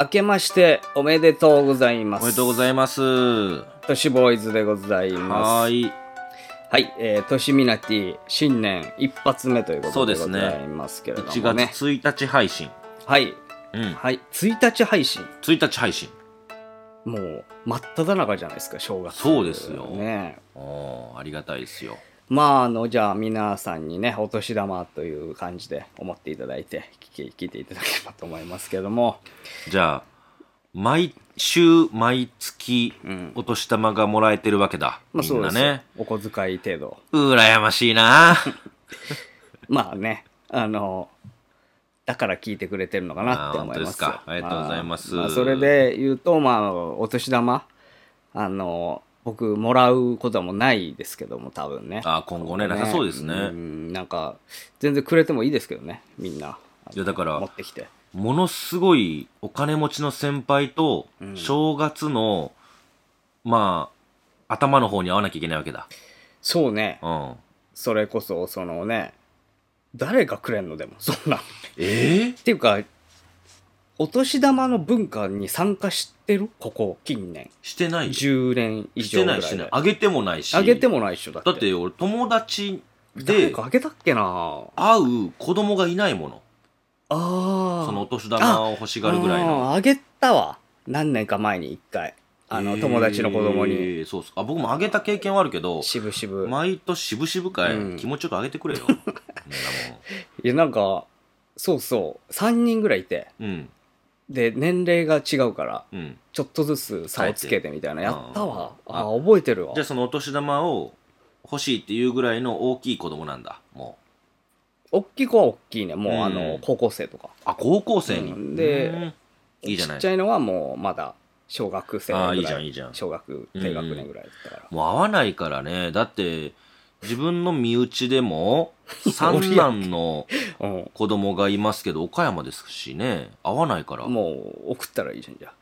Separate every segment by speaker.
Speaker 1: 明けましておめでとうございます。
Speaker 2: おめでとうございます。は
Speaker 1: 都市ボーイズでございます。
Speaker 2: ーい。
Speaker 1: はい、えー、都市ミナティ新年一発目というこ
Speaker 2: そ
Speaker 1: と
Speaker 2: う
Speaker 1: で
Speaker 2: で
Speaker 1: ご
Speaker 2: すね
Speaker 1: ざいますけれど
Speaker 2: 1
Speaker 1: もね。
Speaker 2: 月1日配信。
Speaker 1: はい、
Speaker 2: うん。
Speaker 1: はい、1日配信。
Speaker 2: 1日配信。
Speaker 1: もう、真っ只中じゃないですか、正月。
Speaker 2: そうですよ
Speaker 1: ね。
Speaker 2: おーありがたいですよ。
Speaker 1: まあ、あの、じゃあ、皆さんにね、お年玉という感じで思っていただいて、聞き聞いていただければと思いますけども。
Speaker 2: じゃあ、毎週、毎月
Speaker 1: ん、
Speaker 2: お年玉がもらえてるわけだ。
Speaker 1: まあ、
Speaker 2: み
Speaker 1: そ
Speaker 2: ん
Speaker 1: うで
Speaker 2: な
Speaker 1: す、
Speaker 2: ね
Speaker 1: ね。、お小遣い程度。
Speaker 2: 羨ましいな
Speaker 1: まあね、あの、だから聞いてくれてるのかなって思いますよ。
Speaker 2: あー本当ですかありがとうございます
Speaker 1: あそれで言うと、まあ、お年玉、あの、僕、もらうことはもうないですけども、多分ね。
Speaker 2: あー今後ね、なさそうですね。
Speaker 1: んなんか、全然くれてもいいですけどね、みんな。
Speaker 2: いやだから
Speaker 1: 持ってきて。
Speaker 2: ものすごいお金持ちの先輩と、正月の、まあ、頭の方に合わなきゃいけないわけだ。
Speaker 1: そうね、
Speaker 2: うん。
Speaker 1: それこそ、そのね、誰がくれんのでも、そんな。っ
Speaker 2: ええ
Speaker 1: ていうか、お年玉の文化に参加してるここ、近年。
Speaker 2: してないよ
Speaker 1: 10年以
Speaker 2: し
Speaker 1: 上
Speaker 2: て
Speaker 1: ぐら
Speaker 2: ないい
Speaker 1: で。
Speaker 2: してないあげてもないし
Speaker 1: あげてもないっしょだって
Speaker 2: だって俺友達
Speaker 1: 誰
Speaker 2: で
Speaker 1: かあげたっけな
Speaker 2: 会う子供がいないもの
Speaker 1: あー
Speaker 2: そのお年玉を欲しがるぐらいの
Speaker 1: あーあげたわ何年か前に一回あ
Speaker 2: え
Speaker 1: の
Speaker 2: ー
Speaker 1: 友達の子供に
Speaker 2: そうそうあ僕もあげた経験はあるけど
Speaker 1: 渋々、
Speaker 2: 毎年渋々かい、
Speaker 1: うん
Speaker 2: 気持ちよくあげてくれ よそんなも
Speaker 1: いやなんかそうそう3人ぐらいいて
Speaker 2: んうん
Speaker 1: で年齢が違うから
Speaker 2: うん
Speaker 1: ちょっとずつ差をつけてみたいな
Speaker 2: 変
Speaker 1: や
Speaker 2: えて
Speaker 1: ったわ
Speaker 2: あ
Speaker 1: あ
Speaker 2: ー
Speaker 1: ー覚えてるわ
Speaker 2: じゃあそのお年玉を欲しいっていうぐらいの大きい子供なんだもう
Speaker 1: おっきい子はおっきいねもう、
Speaker 2: うん
Speaker 1: あの高校生とか
Speaker 2: あ高校生に、
Speaker 1: うんで
Speaker 2: うんいいじゃな
Speaker 1: ちっ
Speaker 2: い
Speaker 1: ちゃいのはもうまだ小学生ぐ
Speaker 2: あ
Speaker 1: ら
Speaker 2: あ
Speaker 1: い
Speaker 2: いいじゃんいいじゃん
Speaker 1: 小学低学年ぐらいだったから、
Speaker 2: もう会わないからね。だって、自分の身内 でも、三男の
Speaker 1: うん
Speaker 2: 子供がいますけど、岡山ですしね、会わないから。
Speaker 1: もう送ったらいいじゃんじゃあ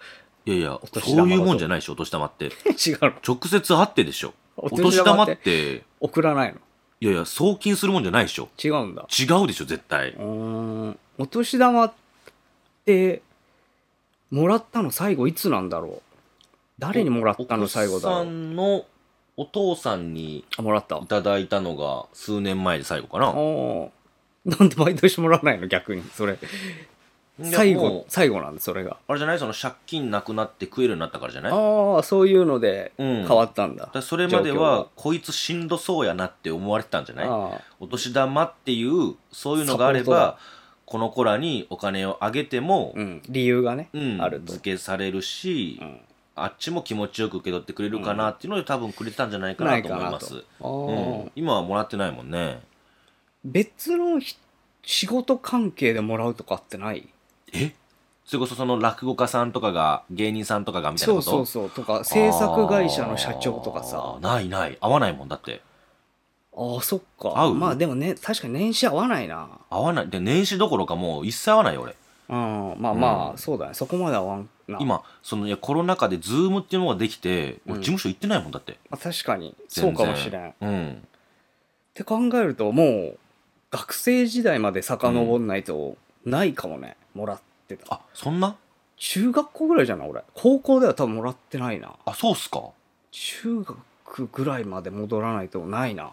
Speaker 2: いやいや、
Speaker 1: 年玉
Speaker 2: そういうもんじゃないでしょ、お年玉って。
Speaker 1: 違うの
Speaker 2: 直接会って でしょ。
Speaker 1: お
Speaker 2: お
Speaker 1: 年
Speaker 2: 年
Speaker 1: 玉
Speaker 2: 玉
Speaker 1: って
Speaker 2: って、
Speaker 1: 送らないの
Speaker 2: いやいや、送金するもんじゃないでしょ。
Speaker 1: 違うんだ
Speaker 2: 違うでしょ、絶対
Speaker 1: う。ーんお年玉ってもらったの最後いつなんだろう誰にもらったの最後だろう
Speaker 2: お父さ
Speaker 1: ん
Speaker 2: の、お父さんに
Speaker 1: あもらった
Speaker 2: いただいたのが数年前で最後かな。
Speaker 1: おなんで毎年もらわないの逆にそれ
Speaker 2: で
Speaker 1: 最後
Speaker 2: もう
Speaker 1: 最後なんだそれが
Speaker 2: あれじゃないその借金なくなって食えるようになったからじゃない
Speaker 1: ああそういうので
Speaker 2: うん
Speaker 1: 変わったんだ
Speaker 2: だ、からそれまで
Speaker 1: 状況が
Speaker 2: はこいつしんどそうやなって思われてたんじゃない
Speaker 1: あ
Speaker 2: お年玉っていうそういうのがあれ
Speaker 1: サポートだ
Speaker 2: ばこの子らにお金をあげても
Speaker 1: ー、う、ん、理由がね、
Speaker 2: うん
Speaker 1: あると、
Speaker 2: 付けされるし、
Speaker 1: うん
Speaker 2: あっちも気持ちよく受け取ってくれるかなっていうので多分くれたんじゃないか
Speaker 1: な
Speaker 2: ないと思
Speaker 1: か
Speaker 2: い
Speaker 1: な
Speaker 2: ま
Speaker 1: と
Speaker 2: す、
Speaker 1: あー
Speaker 2: うん、今はもらってないもんね
Speaker 1: 別のひ仕事関係でもらうとかってない
Speaker 2: えそれこそその落語家さんとかが芸人さんとかがみたいな
Speaker 1: そ
Speaker 2: こ
Speaker 1: う
Speaker 2: と
Speaker 1: そうそうとか制作会社の社長とかさ
Speaker 2: あーないない合わないもんだって
Speaker 1: ああそっか
Speaker 2: 合う
Speaker 1: まあでもね確かに年始合わないな
Speaker 2: 合わないで年始どころかもう一切合わないよ俺
Speaker 1: うんまあまあ、
Speaker 2: うん
Speaker 1: そうだねそこまで合わんな、ま
Speaker 2: 今そのいやコロナ禍でズームっていうのができて、
Speaker 1: うん
Speaker 2: 俺事務所行ってないもんだって
Speaker 1: あ、確かにそうかもしれんっ
Speaker 2: 全然うん
Speaker 1: て考えるともう学生時代まで遡んないとないかもね、もらってた
Speaker 2: あそんな
Speaker 1: 中学校ぐらいじゃない俺高校では多分もらってないな
Speaker 2: あそうっすか
Speaker 1: 中学ぐらいまで戻らないとないな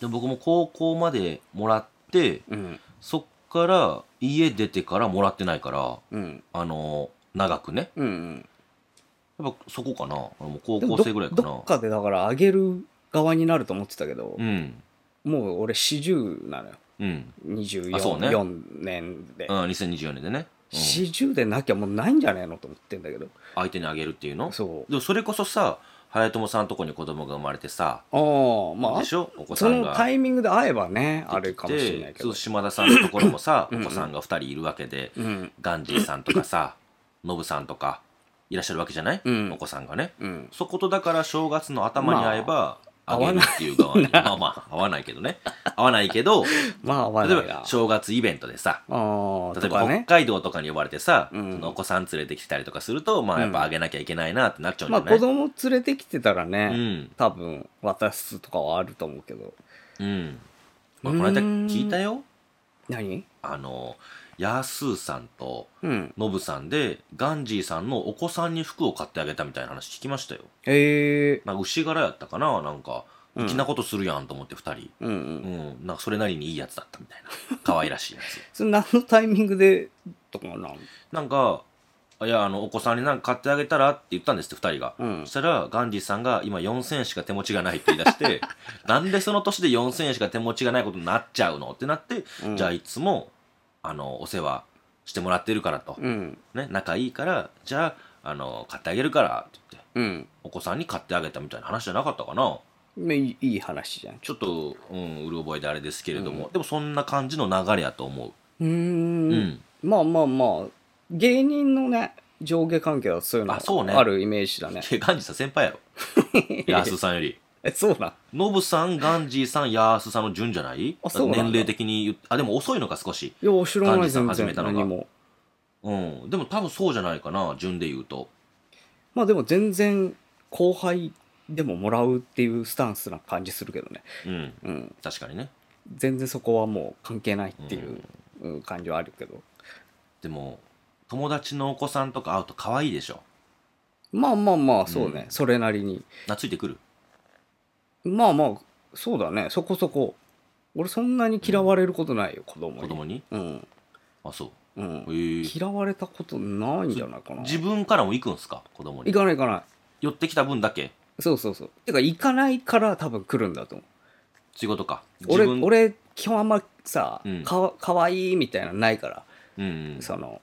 Speaker 2: で僕も高校までもらって
Speaker 1: うん
Speaker 2: そっから家出てからもらってないから
Speaker 1: うん
Speaker 2: あの長くね
Speaker 1: うんうん
Speaker 2: やっぱそこかな俺も高
Speaker 1: でも
Speaker 2: 校生ぐらいか
Speaker 1: ど
Speaker 2: な
Speaker 1: どっかでだから上げる側になると思ってたけど、
Speaker 2: うん
Speaker 1: もう俺40なのよ
Speaker 2: うん、
Speaker 1: 24、
Speaker 2: あそうね
Speaker 1: 4年で、
Speaker 2: うん、2024年でね、うん
Speaker 1: 40でなきゃもうないんじゃねえのと思ってんだけど
Speaker 2: 相手にあげるっていうの
Speaker 1: そう
Speaker 2: でもそれこそさ早友さんとこに子供が生まれてさ
Speaker 1: ああまあ
Speaker 2: でしょお子さ
Speaker 1: そ
Speaker 2: ん
Speaker 1: の
Speaker 2: が
Speaker 1: タイミングで会えばねあるかもしれない
Speaker 2: で
Speaker 1: け
Speaker 2: そ
Speaker 1: ど
Speaker 2: う島田さんのところもさ
Speaker 1: うんうん
Speaker 2: お子さんが2人いるわけで
Speaker 1: うん
Speaker 2: ガンジーさんとかさノブさんとかいらっしゃるわけじゃない、
Speaker 1: うん
Speaker 2: お子さんがね
Speaker 1: うん
Speaker 2: そことだから正月の頭に合えば、
Speaker 1: まあ
Speaker 2: あげるっていう側にまあまあ合わないけどね合わないけど
Speaker 1: まあ会わ
Speaker 2: 例え
Speaker 1: ないな
Speaker 2: ば正月イベントでさ
Speaker 1: ああ
Speaker 2: 例え
Speaker 1: と
Speaker 2: ば
Speaker 1: か
Speaker 2: 北
Speaker 1: ね
Speaker 2: 海道とかに呼ばれてさ、
Speaker 1: うん
Speaker 2: そのお子さん連れてきたりとかするとまあやっぱあげなきゃいけないなってなっちゃうん
Speaker 1: ま
Speaker 2: じ
Speaker 1: あ
Speaker 2: ゃな
Speaker 1: 子
Speaker 2: い、
Speaker 1: 供連れてきてたらね、
Speaker 2: うん
Speaker 1: 多分渡すとかはあると思うけど
Speaker 2: うん、まあ、この間聞いたよ
Speaker 1: 何
Speaker 2: あの、ヤースーさんと
Speaker 1: うん。
Speaker 2: ノブさんで、ガンジーさんのお子さんに服を買ってあげたみたいな話聞きましたよ。
Speaker 1: ええ
Speaker 2: なんか牛柄やったかななんか、
Speaker 1: うん
Speaker 2: 粋なことするやんと思って二人。
Speaker 1: うんう。
Speaker 2: うんん、なんかそれなりにいいやつだったみたい な。可愛らしいやつ。
Speaker 1: それ何のタイミングでとかなん
Speaker 2: なんか、いや、あの、お子さんになんか買ってあげたらって言ったんですって、二人が。
Speaker 1: うん
Speaker 2: そしたら、ガンジーさんが今4000円しか手持ちがないって言い出 して、なんでその年で4000円しか手持ちがないことになっちゃうのってなって、
Speaker 1: うん
Speaker 2: じゃあいつも、あの、お世話してもらってるからと。
Speaker 1: うん。
Speaker 2: ね、仲いいから、じゃあ、あの、買ってあげるからって言って、
Speaker 1: うん。
Speaker 2: お子さんに買ってあげたみたいな話じゃなかったかな。
Speaker 1: まあいいいい話じゃん。
Speaker 2: ちょっと、うん、うる覚えであれですけれども、でもそんな感じの流れやと思
Speaker 1: うー。
Speaker 2: う。うんん。
Speaker 1: まあまあまあ、芸人のね、上下関係はそういうの
Speaker 2: あそうね
Speaker 1: あるイメージだね。
Speaker 2: いやガンジーさん先 輩やろ。安ーさんより。
Speaker 1: え、そうなん。
Speaker 2: ノブさん、ガンジーさん、ヤースさんの順じゃない
Speaker 1: あそうなんだ
Speaker 2: 年齢的に言っあ、でも遅いのか少し。
Speaker 1: いや、知らな
Speaker 2: ガ
Speaker 1: い
Speaker 2: ンジさん
Speaker 1: 全
Speaker 2: 始め
Speaker 1: 然
Speaker 2: たのが
Speaker 1: 何も。
Speaker 2: うん。でも多分そうじゃないかな、順で言うと。
Speaker 1: まあでも全然後輩でももらうっていうスタンスな感じするけどね。
Speaker 2: うん。
Speaker 1: うん。
Speaker 2: 確かにね。
Speaker 1: 全然そこはもう関係ないっていううん感じはあるけど。
Speaker 2: でも、友達のお子さんとか会うと可愛いでしょ。
Speaker 1: まあまあまあ、そうね、
Speaker 2: うん
Speaker 1: それなりに。
Speaker 2: 懐いてくる。
Speaker 1: まあまあ、そうだね。そこそこ。俺そんなに嫌われることないよ、子供に。
Speaker 2: 子供に。
Speaker 1: うん。
Speaker 2: あ、そうう。
Speaker 1: ん。
Speaker 2: へえ。
Speaker 1: 嫌われたことないんじゃないかな。
Speaker 2: 自分からも行くんすか子供
Speaker 1: 行
Speaker 2: に。
Speaker 1: かない行かない。
Speaker 2: 寄ってきた分だけ。
Speaker 1: そうそうそう。てか、行かないから多分来るんだと思う。
Speaker 2: そういうことか。
Speaker 1: 俺、
Speaker 2: 自分、
Speaker 1: 俺、基本あんまさ、
Speaker 2: うん
Speaker 1: かわかわいいみたいなのないから、
Speaker 2: うんうん。
Speaker 1: その、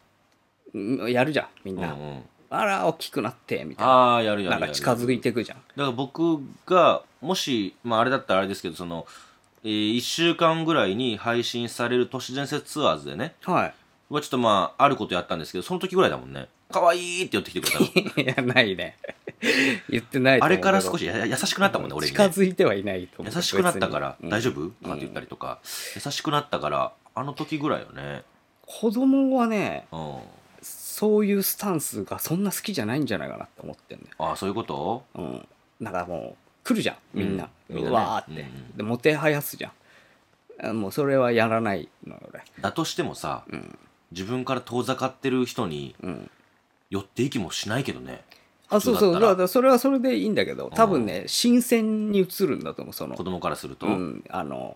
Speaker 1: うんやるじゃん、みん
Speaker 2: うんう
Speaker 1: な。
Speaker 2: ん。
Speaker 1: あら、大きくなって、みたいな。
Speaker 2: ああ、やるや
Speaker 1: な
Speaker 2: るや
Speaker 1: ん
Speaker 2: る。
Speaker 1: か近づいてくじゃん。
Speaker 2: だから僕がもし、まあ、あれだったらあれですけどその、え1週間ぐらいに配信される都市伝説ツアーズでね
Speaker 1: はい。
Speaker 2: 僕はちょっとまああることやったんですけどその時ぐらいだもんね可愛いって寄ってきてく れた
Speaker 1: い
Speaker 2: の
Speaker 1: や、ないね。 言ってないと思
Speaker 2: あ
Speaker 1: う
Speaker 2: れ
Speaker 1: けど
Speaker 2: から少しや優しくなったもんね俺に
Speaker 1: 近
Speaker 2: ね
Speaker 1: づいてはいないと思う。
Speaker 2: 優しくなったから
Speaker 1: 別に
Speaker 2: 大丈夫、とかって言ったりとか優しくなったからあの時ぐらいよね
Speaker 1: 子供はね、
Speaker 2: うん
Speaker 1: そういうスタンスがそんな好きじゃないんじゃないかなって思ってんね。
Speaker 2: ああそういうこと
Speaker 1: うん。なんかもう、来るじゃん、みんな。
Speaker 2: うんみんなね
Speaker 1: わーって。
Speaker 2: うんうん
Speaker 1: で、もてはやすじゃんあ。もうそれはやらないのよ、俺。
Speaker 2: だとしてもさ、
Speaker 1: うん
Speaker 2: 自分から遠ざかってる人に
Speaker 1: うん。
Speaker 2: 寄っていきもしないけどね
Speaker 1: あ、そうそう。
Speaker 2: 普通だった
Speaker 1: だ
Speaker 2: ら
Speaker 1: からそれはそれでいいんだけど、多分ね、新鮮に映るんだと思う、その
Speaker 2: 子。供からすると、
Speaker 1: うん。あの、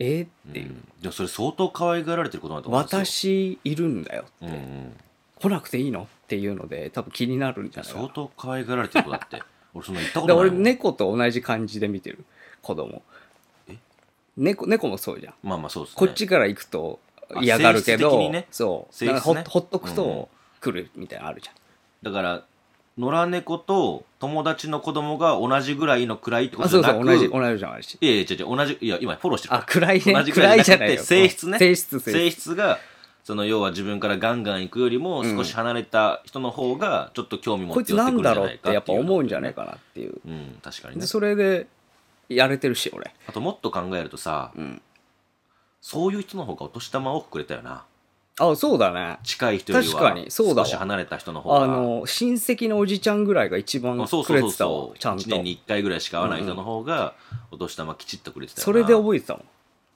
Speaker 1: えーっていうう。
Speaker 2: んでもそれ相当可愛がられてることだと思うんですよ
Speaker 1: 私いるんだよ
Speaker 2: うんうん、
Speaker 1: 来なくていいのっていうので多分気になるんじゃないかな
Speaker 2: 相当可愛がられてる子だって 俺そんな言ったこ
Speaker 1: だ
Speaker 2: と
Speaker 1: から俺
Speaker 2: ないもん
Speaker 1: 猫と同じ感じで見てる子供
Speaker 2: え
Speaker 1: 猫猫もそうじゃん、
Speaker 2: まあまあそうですね
Speaker 1: こっちから行くと
Speaker 2: あ
Speaker 1: 嫌がるけ
Speaker 2: 性質
Speaker 1: ど、
Speaker 2: 的にね
Speaker 1: そう
Speaker 2: 性質
Speaker 1: だ
Speaker 2: ね
Speaker 1: からほっほっとく
Speaker 2: うんうん
Speaker 1: と来るみたいなのあるじゃん、
Speaker 2: だから野良猫と友達の子供が同じぐらいの位ってこ
Speaker 1: あ
Speaker 2: とじ
Speaker 1: そ
Speaker 2: ゃ
Speaker 1: う
Speaker 2: な
Speaker 1: そう
Speaker 2: く
Speaker 1: 同じ同じじゃないし
Speaker 2: いやいや違う違う同じいや今フォローしてる
Speaker 1: あ暗いね
Speaker 2: 同じぐら
Speaker 1: 暗
Speaker 2: い
Speaker 1: い
Speaker 2: じ
Speaker 1: じ
Speaker 2: ゃ
Speaker 1: ゃ
Speaker 2: な
Speaker 1: な
Speaker 2: く
Speaker 1: い
Speaker 2: て
Speaker 1: よ
Speaker 2: 性質ね
Speaker 1: 性質性質
Speaker 2: 性質がその要は自分からガンガン行くよりも
Speaker 1: うん
Speaker 2: 少し離れた人の方がちょっと興味持
Speaker 1: こ
Speaker 2: っ
Speaker 1: い
Speaker 2: て
Speaker 1: つ
Speaker 2: 寄っ
Speaker 1: な
Speaker 2: てく
Speaker 1: ん
Speaker 2: るんじ
Speaker 1: だ
Speaker 2: ゃ
Speaker 1: ろう
Speaker 2: な
Speaker 1: っ
Speaker 2: い
Speaker 1: て
Speaker 2: か
Speaker 1: やっぱ思うんじゃないいかなっていう
Speaker 2: うん確かに
Speaker 1: で
Speaker 2: ね
Speaker 1: それでやれてるし俺
Speaker 2: あともっと考えるとさ、
Speaker 1: うん
Speaker 2: そういう人の方がお年玉多くくれたよな
Speaker 1: あそうだね
Speaker 2: 近い人より
Speaker 1: 確か
Speaker 2: は
Speaker 1: にそうだ
Speaker 2: 少
Speaker 1: わ
Speaker 2: し離れた人の方が
Speaker 1: あの親戚のおじちゃんぐらいが一番
Speaker 2: あそう
Speaker 1: く
Speaker 2: そう
Speaker 1: れ
Speaker 2: そう
Speaker 1: てたわ
Speaker 2: そう
Speaker 1: ちゃんと
Speaker 2: 1年に1回ぐらいしか会わない人の方がお年玉きちっとくれてたよな
Speaker 1: それで覚えてたもん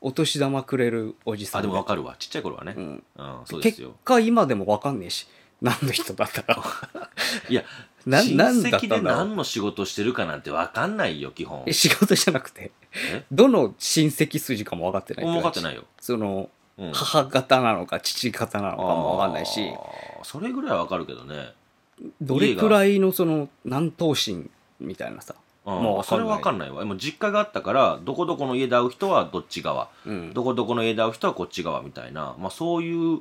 Speaker 1: お年玉くれるおじさん
Speaker 2: あでも分
Speaker 1: わ
Speaker 2: かるわちっちゃい頃はね、う
Speaker 1: うんん、
Speaker 2: そうです
Speaker 1: 結
Speaker 2: よ
Speaker 1: 果今でも分かんねえし何の人だったか
Speaker 2: いや
Speaker 1: な
Speaker 2: 親
Speaker 1: なんだった
Speaker 2: 戚
Speaker 1: ん
Speaker 2: で
Speaker 1: だろう
Speaker 2: 何の仕事してるかなんて分かんないよ基本
Speaker 1: え仕事じゃなくて
Speaker 2: え
Speaker 1: どの親戚筋かも分かってない
Speaker 2: 分かってないいよ、
Speaker 1: その
Speaker 2: うん、
Speaker 1: 母方なのか父方なのかも分かんないし
Speaker 2: あーそれぐらいは分かるけどね
Speaker 1: どれくらいのその何頭身みたいなさ、も
Speaker 2: も
Speaker 1: う
Speaker 2: うんそれは分かんないわでも実家があったからどこどこの家で会う人はどっち側
Speaker 1: うん、
Speaker 2: どこどこの家で会う人はこっち側みたいな、まあ、そういう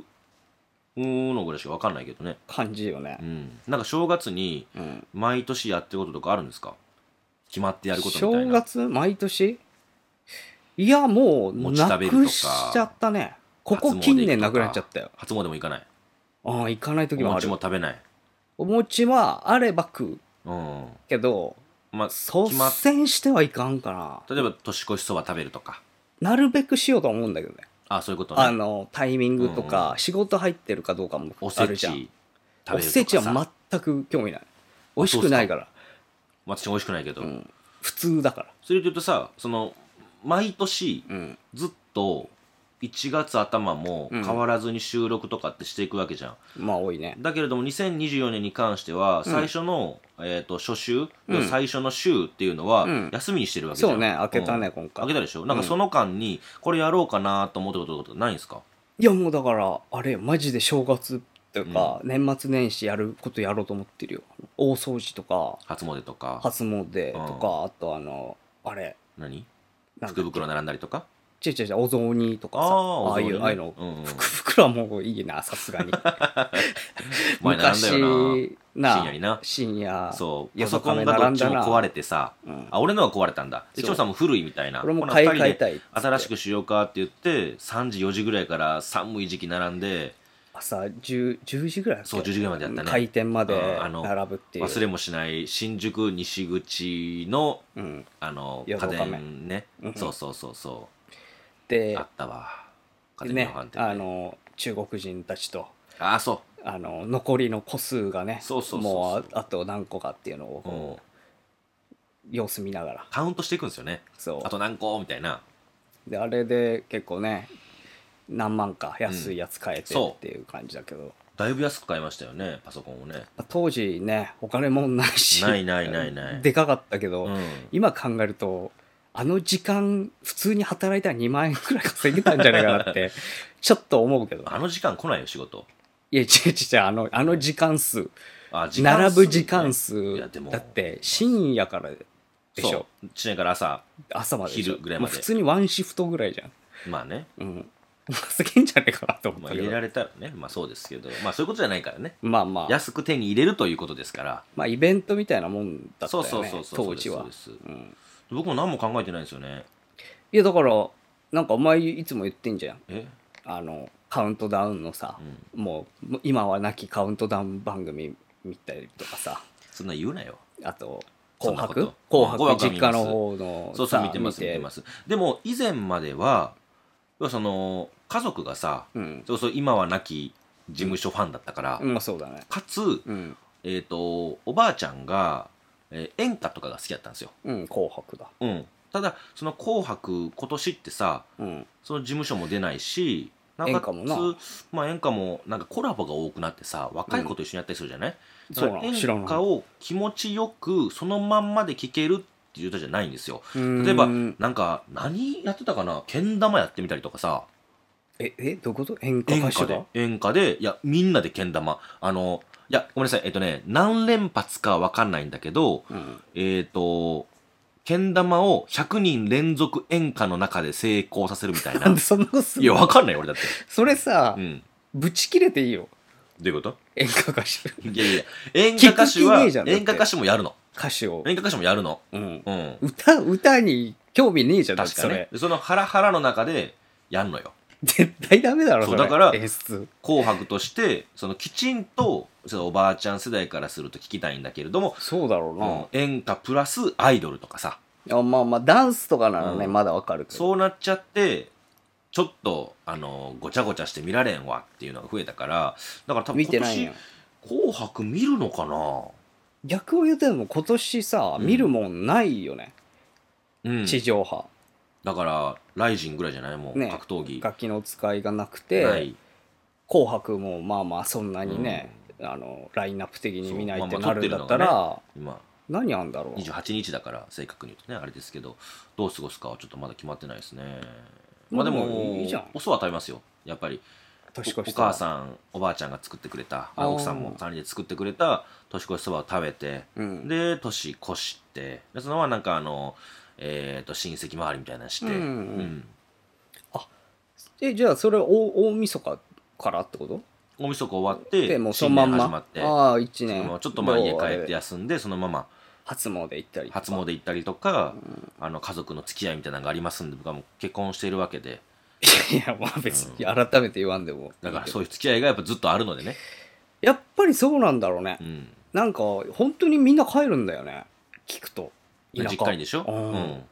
Speaker 2: うーんのぐらいしか分かんないけどね、
Speaker 1: 感じよね
Speaker 2: う、ん、なんか正月に
Speaker 1: うん、
Speaker 2: 毎年やってることとかあるんですか決まってやることみたい
Speaker 1: 正
Speaker 2: な
Speaker 1: 月毎年いやもう
Speaker 2: 餅食
Speaker 1: な
Speaker 2: べるとか
Speaker 1: くしちゃったねここ
Speaker 2: 初詣行くとか
Speaker 1: 近年なくなっちゃったよ
Speaker 2: 初詣も行かない
Speaker 1: ああ行かない
Speaker 2: お
Speaker 1: 時もあ
Speaker 2: 餅
Speaker 1: る
Speaker 2: も食べない
Speaker 1: お餅はあれば食う
Speaker 2: うん
Speaker 1: けど
Speaker 2: まあ
Speaker 1: 率
Speaker 2: 決まっ
Speaker 1: 先してはいかんか
Speaker 2: 例えば年越しそば食べるとか
Speaker 1: ななるべくしようとは思うんだけどね
Speaker 2: あそういうこと
Speaker 1: あ
Speaker 2: ね
Speaker 1: のタイミングと
Speaker 2: うん
Speaker 1: か仕事入ってるかどうかも
Speaker 2: お
Speaker 1: あ
Speaker 2: せ
Speaker 1: る
Speaker 2: ち
Speaker 1: じゃ
Speaker 2: 食
Speaker 1: ん
Speaker 2: べるとか
Speaker 1: おせち
Speaker 2: さ
Speaker 1: は全く興味ない美味しくないから
Speaker 2: まあ私も美味しくないけど、
Speaker 1: うん普通だから
Speaker 2: それで言うとさその毎年
Speaker 1: うん
Speaker 2: ずっと1月頭も
Speaker 1: うん
Speaker 2: 変わらずに収録とかってしていくわけじゃん、
Speaker 1: まあ多いね。
Speaker 2: だけれども2024年に関しては最初の、えー、と初週、
Speaker 1: うん
Speaker 2: 最初の週っていうのは
Speaker 1: うん
Speaker 2: 休みにしてるわけじゃん
Speaker 1: そうね、開けた
Speaker 2: う
Speaker 1: ね、
Speaker 2: ん
Speaker 1: 今回
Speaker 2: 開け。たでしょなんか
Speaker 1: うん
Speaker 2: その間にこれやろうかなと思ってこととかないんですか
Speaker 1: いやもうだから、あれ、マジで正月というか、年末年始やることやろうと思ってるよ。大掃除とか、
Speaker 2: 初詣とか
Speaker 1: 初詣とか、あとあの、あれ、
Speaker 2: 何
Speaker 1: なん
Speaker 2: 福
Speaker 1: か、
Speaker 2: 袋並んだりとか
Speaker 1: ちいちいお雑煮とかさ、
Speaker 2: あー
Speaker 1: ああいう、
Speaker 2: お雑煮ね
Speaker 1: ああいうの、
Speaker 2: うんうん
Speaker 1: 福袋はもういいな、さすがに。
Speaker 2: 前並んだよな
Speaker 1: 昔な
Speaker 2: 深夜にな
Speaker 1: 深夜
Speaker 2: そうパ
Speaker 1: 夜
Speaker 2: ソ
Speaker 1: 中
Speaker 2: コン
Speaker 1: 目
Speaker 2: がどっ
Speaker 1: 並ん
Speaker 2: ち
Speaker 1: だ
Speaker 2: も
Speaker 1: な
Speaker 2: 壊れてさ
Speaker 1: うん
Speaker 2: あ俺のは壊れたんだで
Speaker 1: そう
Speaker 2: 一応さんも古いみたいな
Speaker 1: 俺も
Speaker 2: この
Speaker 1: 買い
Speaker 2: 二人
Speaker 1: 替え
Speaker 2: で
Speaker 1: たいっつって
Speaker 2: 新しくしようかって言って3時4時ぐらいから寒い時期並んで
Speaker 1: 朝 10, 10時ぐらいだっけ
Speaker 2: そう10時ぐらいまでやったね
Speaker 1: 開店まで
Speaker 2: うんあの
Speaker 1: 並ぶっていう
Speaker 2: 忘れもしない新宿西口の
Speaker 1: うん、
Speaker 2: あの家
Speaker 1: 夜ご飯
Speaker 2: 電ね
Speaker 1: うん
Speaker 2: そうそうそうそ
Speaker 1: で
Speaker 2: うあったわ家電量
Speaker 1: ね
Speaker 2: 販店
Speaker 1: あ
Speaker 2: ね
Speaker 1: の中国人たちと
Speaker 2: あそ
Speaker 1: あの残りの個数がね
Speaker 2: そうそうそうそう
Speaker 1: もうああと何個かっていうの
Speaker 2: ううん
Speaker 1: を様子見ながら
Speaker 2: カウントしていくんですよね
Speaker 1: そう
Speaker 2: あと何個みたいな
Speaker 1: であれで結構ね何万か安いやつ買えて
Speaker 2: うんそう
Speaker 1: っていう感じだけど、
Speaker 2: だいぶ安く買いましたよねパソコンをね
Speaker 1: まあ当時ねお金もないし
Speaker 2: ないないないな い
Speaker 1: でかかったけど、
Speaker 2: うん
Speaker 1: 今考えるとあの時間普通に働いたら2万円くらい稼げたんじゃないかなって ちょっと思うけど
Speaker 2: あの時間来ないよ仕事
Speaker 1: いや違う違う違うあのあの時間数
Speaker 2: あ時間数
Speaker 1: 並ぶ時間
Speaker 2: い
Speaker 1: 数
Speaker 2: やでも
Speaker 1: だって深夜からでしょ
Speaker 2: そう1年から朝
Speaker 1: 朝まででしょ
Speaker 2: 昼ぐらいまで
Speaker 1: もう普通にワンシフトぐらいじゃん
Speaker 2: まあね、
Speaker 1: うん稼げんじゃねえかなと思っ
Speaker 2: まあ、
Speaker 1: たけ
Speaker 2: 入れ
Speaker 1: ど
Speaker 2: られたらねまあそうですけどまあそういうことじゃないからね
Speaker 1: まあまあ
Speaker 2: 安く手に入れるということですから
Speaker 1: まあイベントみたいなもんだった
Speaker 2: そ
Speaker 1: よ
Speaker 2: うそう
Speaker 1: ね
Speaker 2: そうそう
Speaker 1: 当時は
Speaker 2: そうですそうです
Speaker 1: うん
Speaker 2: 僕も何も考えてないんですよね
Speaker 1: いやだからなんかお前いつも言ってんじゃん
Speaker 2: え
Speaker 1: あのカウントダウンのさ
Speaker 2: う、ん
Speaker 1: もう今はなきカウントダウン番組見たりとかさ
Speaker 2: そんな言うなよ
Speaker 1: あと「
Speaker 2: そん
Speaker 1: 紅
Speaker 2: なこと
Speaker 1: 白」「紅
Speaker 2: 紅
Speaker 1: 白」
Speaker 2: 白
Speaker 1: 実
Speaker 2: は見ま
Speaker 1: 家
Speaker 2: す
Speaker 1: の方の
Speaker 2: そうそう見てます見てますすでも以前までは要はその家族がさ
Speaker 1: うん
Speaker 2: そうそう今は亡き事務所ファンだったから、
Speaker 1: まあそうだね
Speaker 2: かつ、
Speaker 1: うん、
Speaker 2: えっとおばあちゃんが、えー演歌とかが好きだったんですよ、
Speaker 1: うん、紅白だ
Speaker 2: うん、ただその「紅白」今年ってさ
Speaker 1: うん
Speaker 2: その事務所も出ないしな
Speaker 1: 演歌もな
Speaker 2: つまあ演歌もなんかコラボが多くなってさ若い子と一緒にやったりするじゃない、
Speaker 1: そ
Speaker 2: だか
Speaker 1: う
Speaker 2: ら
Speaker 1: なの知ら
Speaker 2: 演歌
Speaker 1: ない
Speaker 2: を気持ちよくそのまんまで聴けるっていう歌じゃないんですよ例
Speaker 1: 例
Speaker 2: えばなんか何やってたかなけん玉やってみたりとかさ
Speaker 1: ええどういうこと演歌
Speaker 2: 演
Speaker 1: 歌手
Speaker 2: 歌で
Speaker 1: が
Speaker 2: 演歌でいやみんなでけん玉あのいやごめんなさいえっとね何連発かわかんないんだけど
Speaker 1: うん
Speaker 2: えっ、とけん玉を100人連続演歌の中で成功させるみたい
Speaker 1: なん
Speaker 2: な
Speaker 1: でそんなことす
Speaker 2: いや
Speaker 1: る
Speaker 2: わかんないよ俺だって
Speaker 1: それさ
Speaker 2: うん
Speaker 1: ぶち切れていいよ
Speaker 2: どうい うこと
Speaker 1: 演歌歌手
Speaker 2: いやいや演歌歌手
Speaker 1: 聞く気
Speaker 2: は
Speaker 1: ねえ
Speaker 2: 演
Speaker 1: じゃん
Speaker 2: 歌歌手もやるの
Speaker 1: 歌手を、
Speaker 2: 演歌歌手もやるの
Speaker 1: うん、
Speaker 2: うん
Speaker 1: 歌歌に興味ねえじゃんだって
Speaker 2: 確か
Speaker 1: それ
Speaker 2: ねそのハラハラの中でやんのよ
Speaker 1: 絶対ダメだろ
Speaker 2: そう
Speaker 1: れ
Speaker 2: だから
Speaker 1: 演出
Speaker 2: 紅白としてそのきちんとそのおばあちゃん世代からすると聞きたいんだけれども、
Speaker 1: そうだろうな、
Speaker 2: うん演歌プラスアイドルとかさ
Speaker 1: あまあまあダンスとかならね、
Speaker 2: うん
Speaker 1: まだわかるけど
Speaker 2: そうなっちゃってちょっとあのごちゃごちゃして見られんわっていうのが増えたからだから多分
Speaker 1: 見て
Speaker 2: 今
Speaker 1: ないん
Speaker 2: 年
Speaker 1: や
Speaker 2: 紅白見るのかな
Speaker 1: 逆を言うとでも今年さ、
Speaker 2: うん
Speaker 1: 見るもんないよね
Speaker 2: うん
Speaker 1: 地上波、
Speaker 2: だからライジンぐらいじゃないもう
Speaker 1: ね
Speaker 2: 格闘技
Speaker 1: 楽器の使いがなくて、
Speaker 2: ない
Speaker 1: 紅白もまあまあそんなにね、あのラインナップ的に見ないって
Speaker 2: そうまあま
Speaker 1: な
Speaker 2: あ
Speaker 1: るんだった
Speaker 2: 撮ってるの
Speaker 1: ら、
Speaker 2: 今
Speaker 1: 何あんだろう
Speaker 2: 28日だから正確に言うとねあれですけどどう過ごすかはちょっとまだ決まってないですねまあで
Speaker 1: まあ
Speaker 2: も
Speaker 1: いいじゃん
Speaker 2: おそば食べますよやっぱり
Speaker 1: 年
Speaker 2: お
Speaker 1: 越
Speaker 2: お
Speaker 1: し
Speaker 2: 母さんおばあちゃんが作ってくれた
Speaker 1: あー
Speaker 2: あ奥さんも管理で作ってくれた年越しそばを食べて
Speaker 1: ん、うん、
Speaker 2: で年越してでそのままなんかあのえっ、と親戚回りみたいなのして、
Speaker 1: うんうんうん
Speaker 2: ん
Speaker 1: えじゃあそれ大大晦日からってこと
Speaker 2: 大晦日終わって
Speaker 1: でもうそのまんま
Speaker 2: 新年始まって
Speaker 1: ああ1
Speaker 2: その
Speaker 1: 年
Speaker 2: ままちょっと前家
Speaker 1: どうあれ
Speaker 2: 帰って休んでそのまま
Speaker 1: 初詣行ったり
Speaker 2: 初詣行ったりとか、あの家族の付き合いみたいなのがありますんで僕はもう結婚しているわけで
Speaker 1: いやまあ別に改めて言わんでもいいけど
Speaker 2: だからそういう付き合いがやっぱずっとあるのでね、
Speaker 1: やっぱりそうなんだろうね、
Speaker 2: うん、
Speaker 1: なんか本当にみんな帰るんだよね聞くと田舎
Speaker 2: 実家にでしょ、
Speaker 1: うん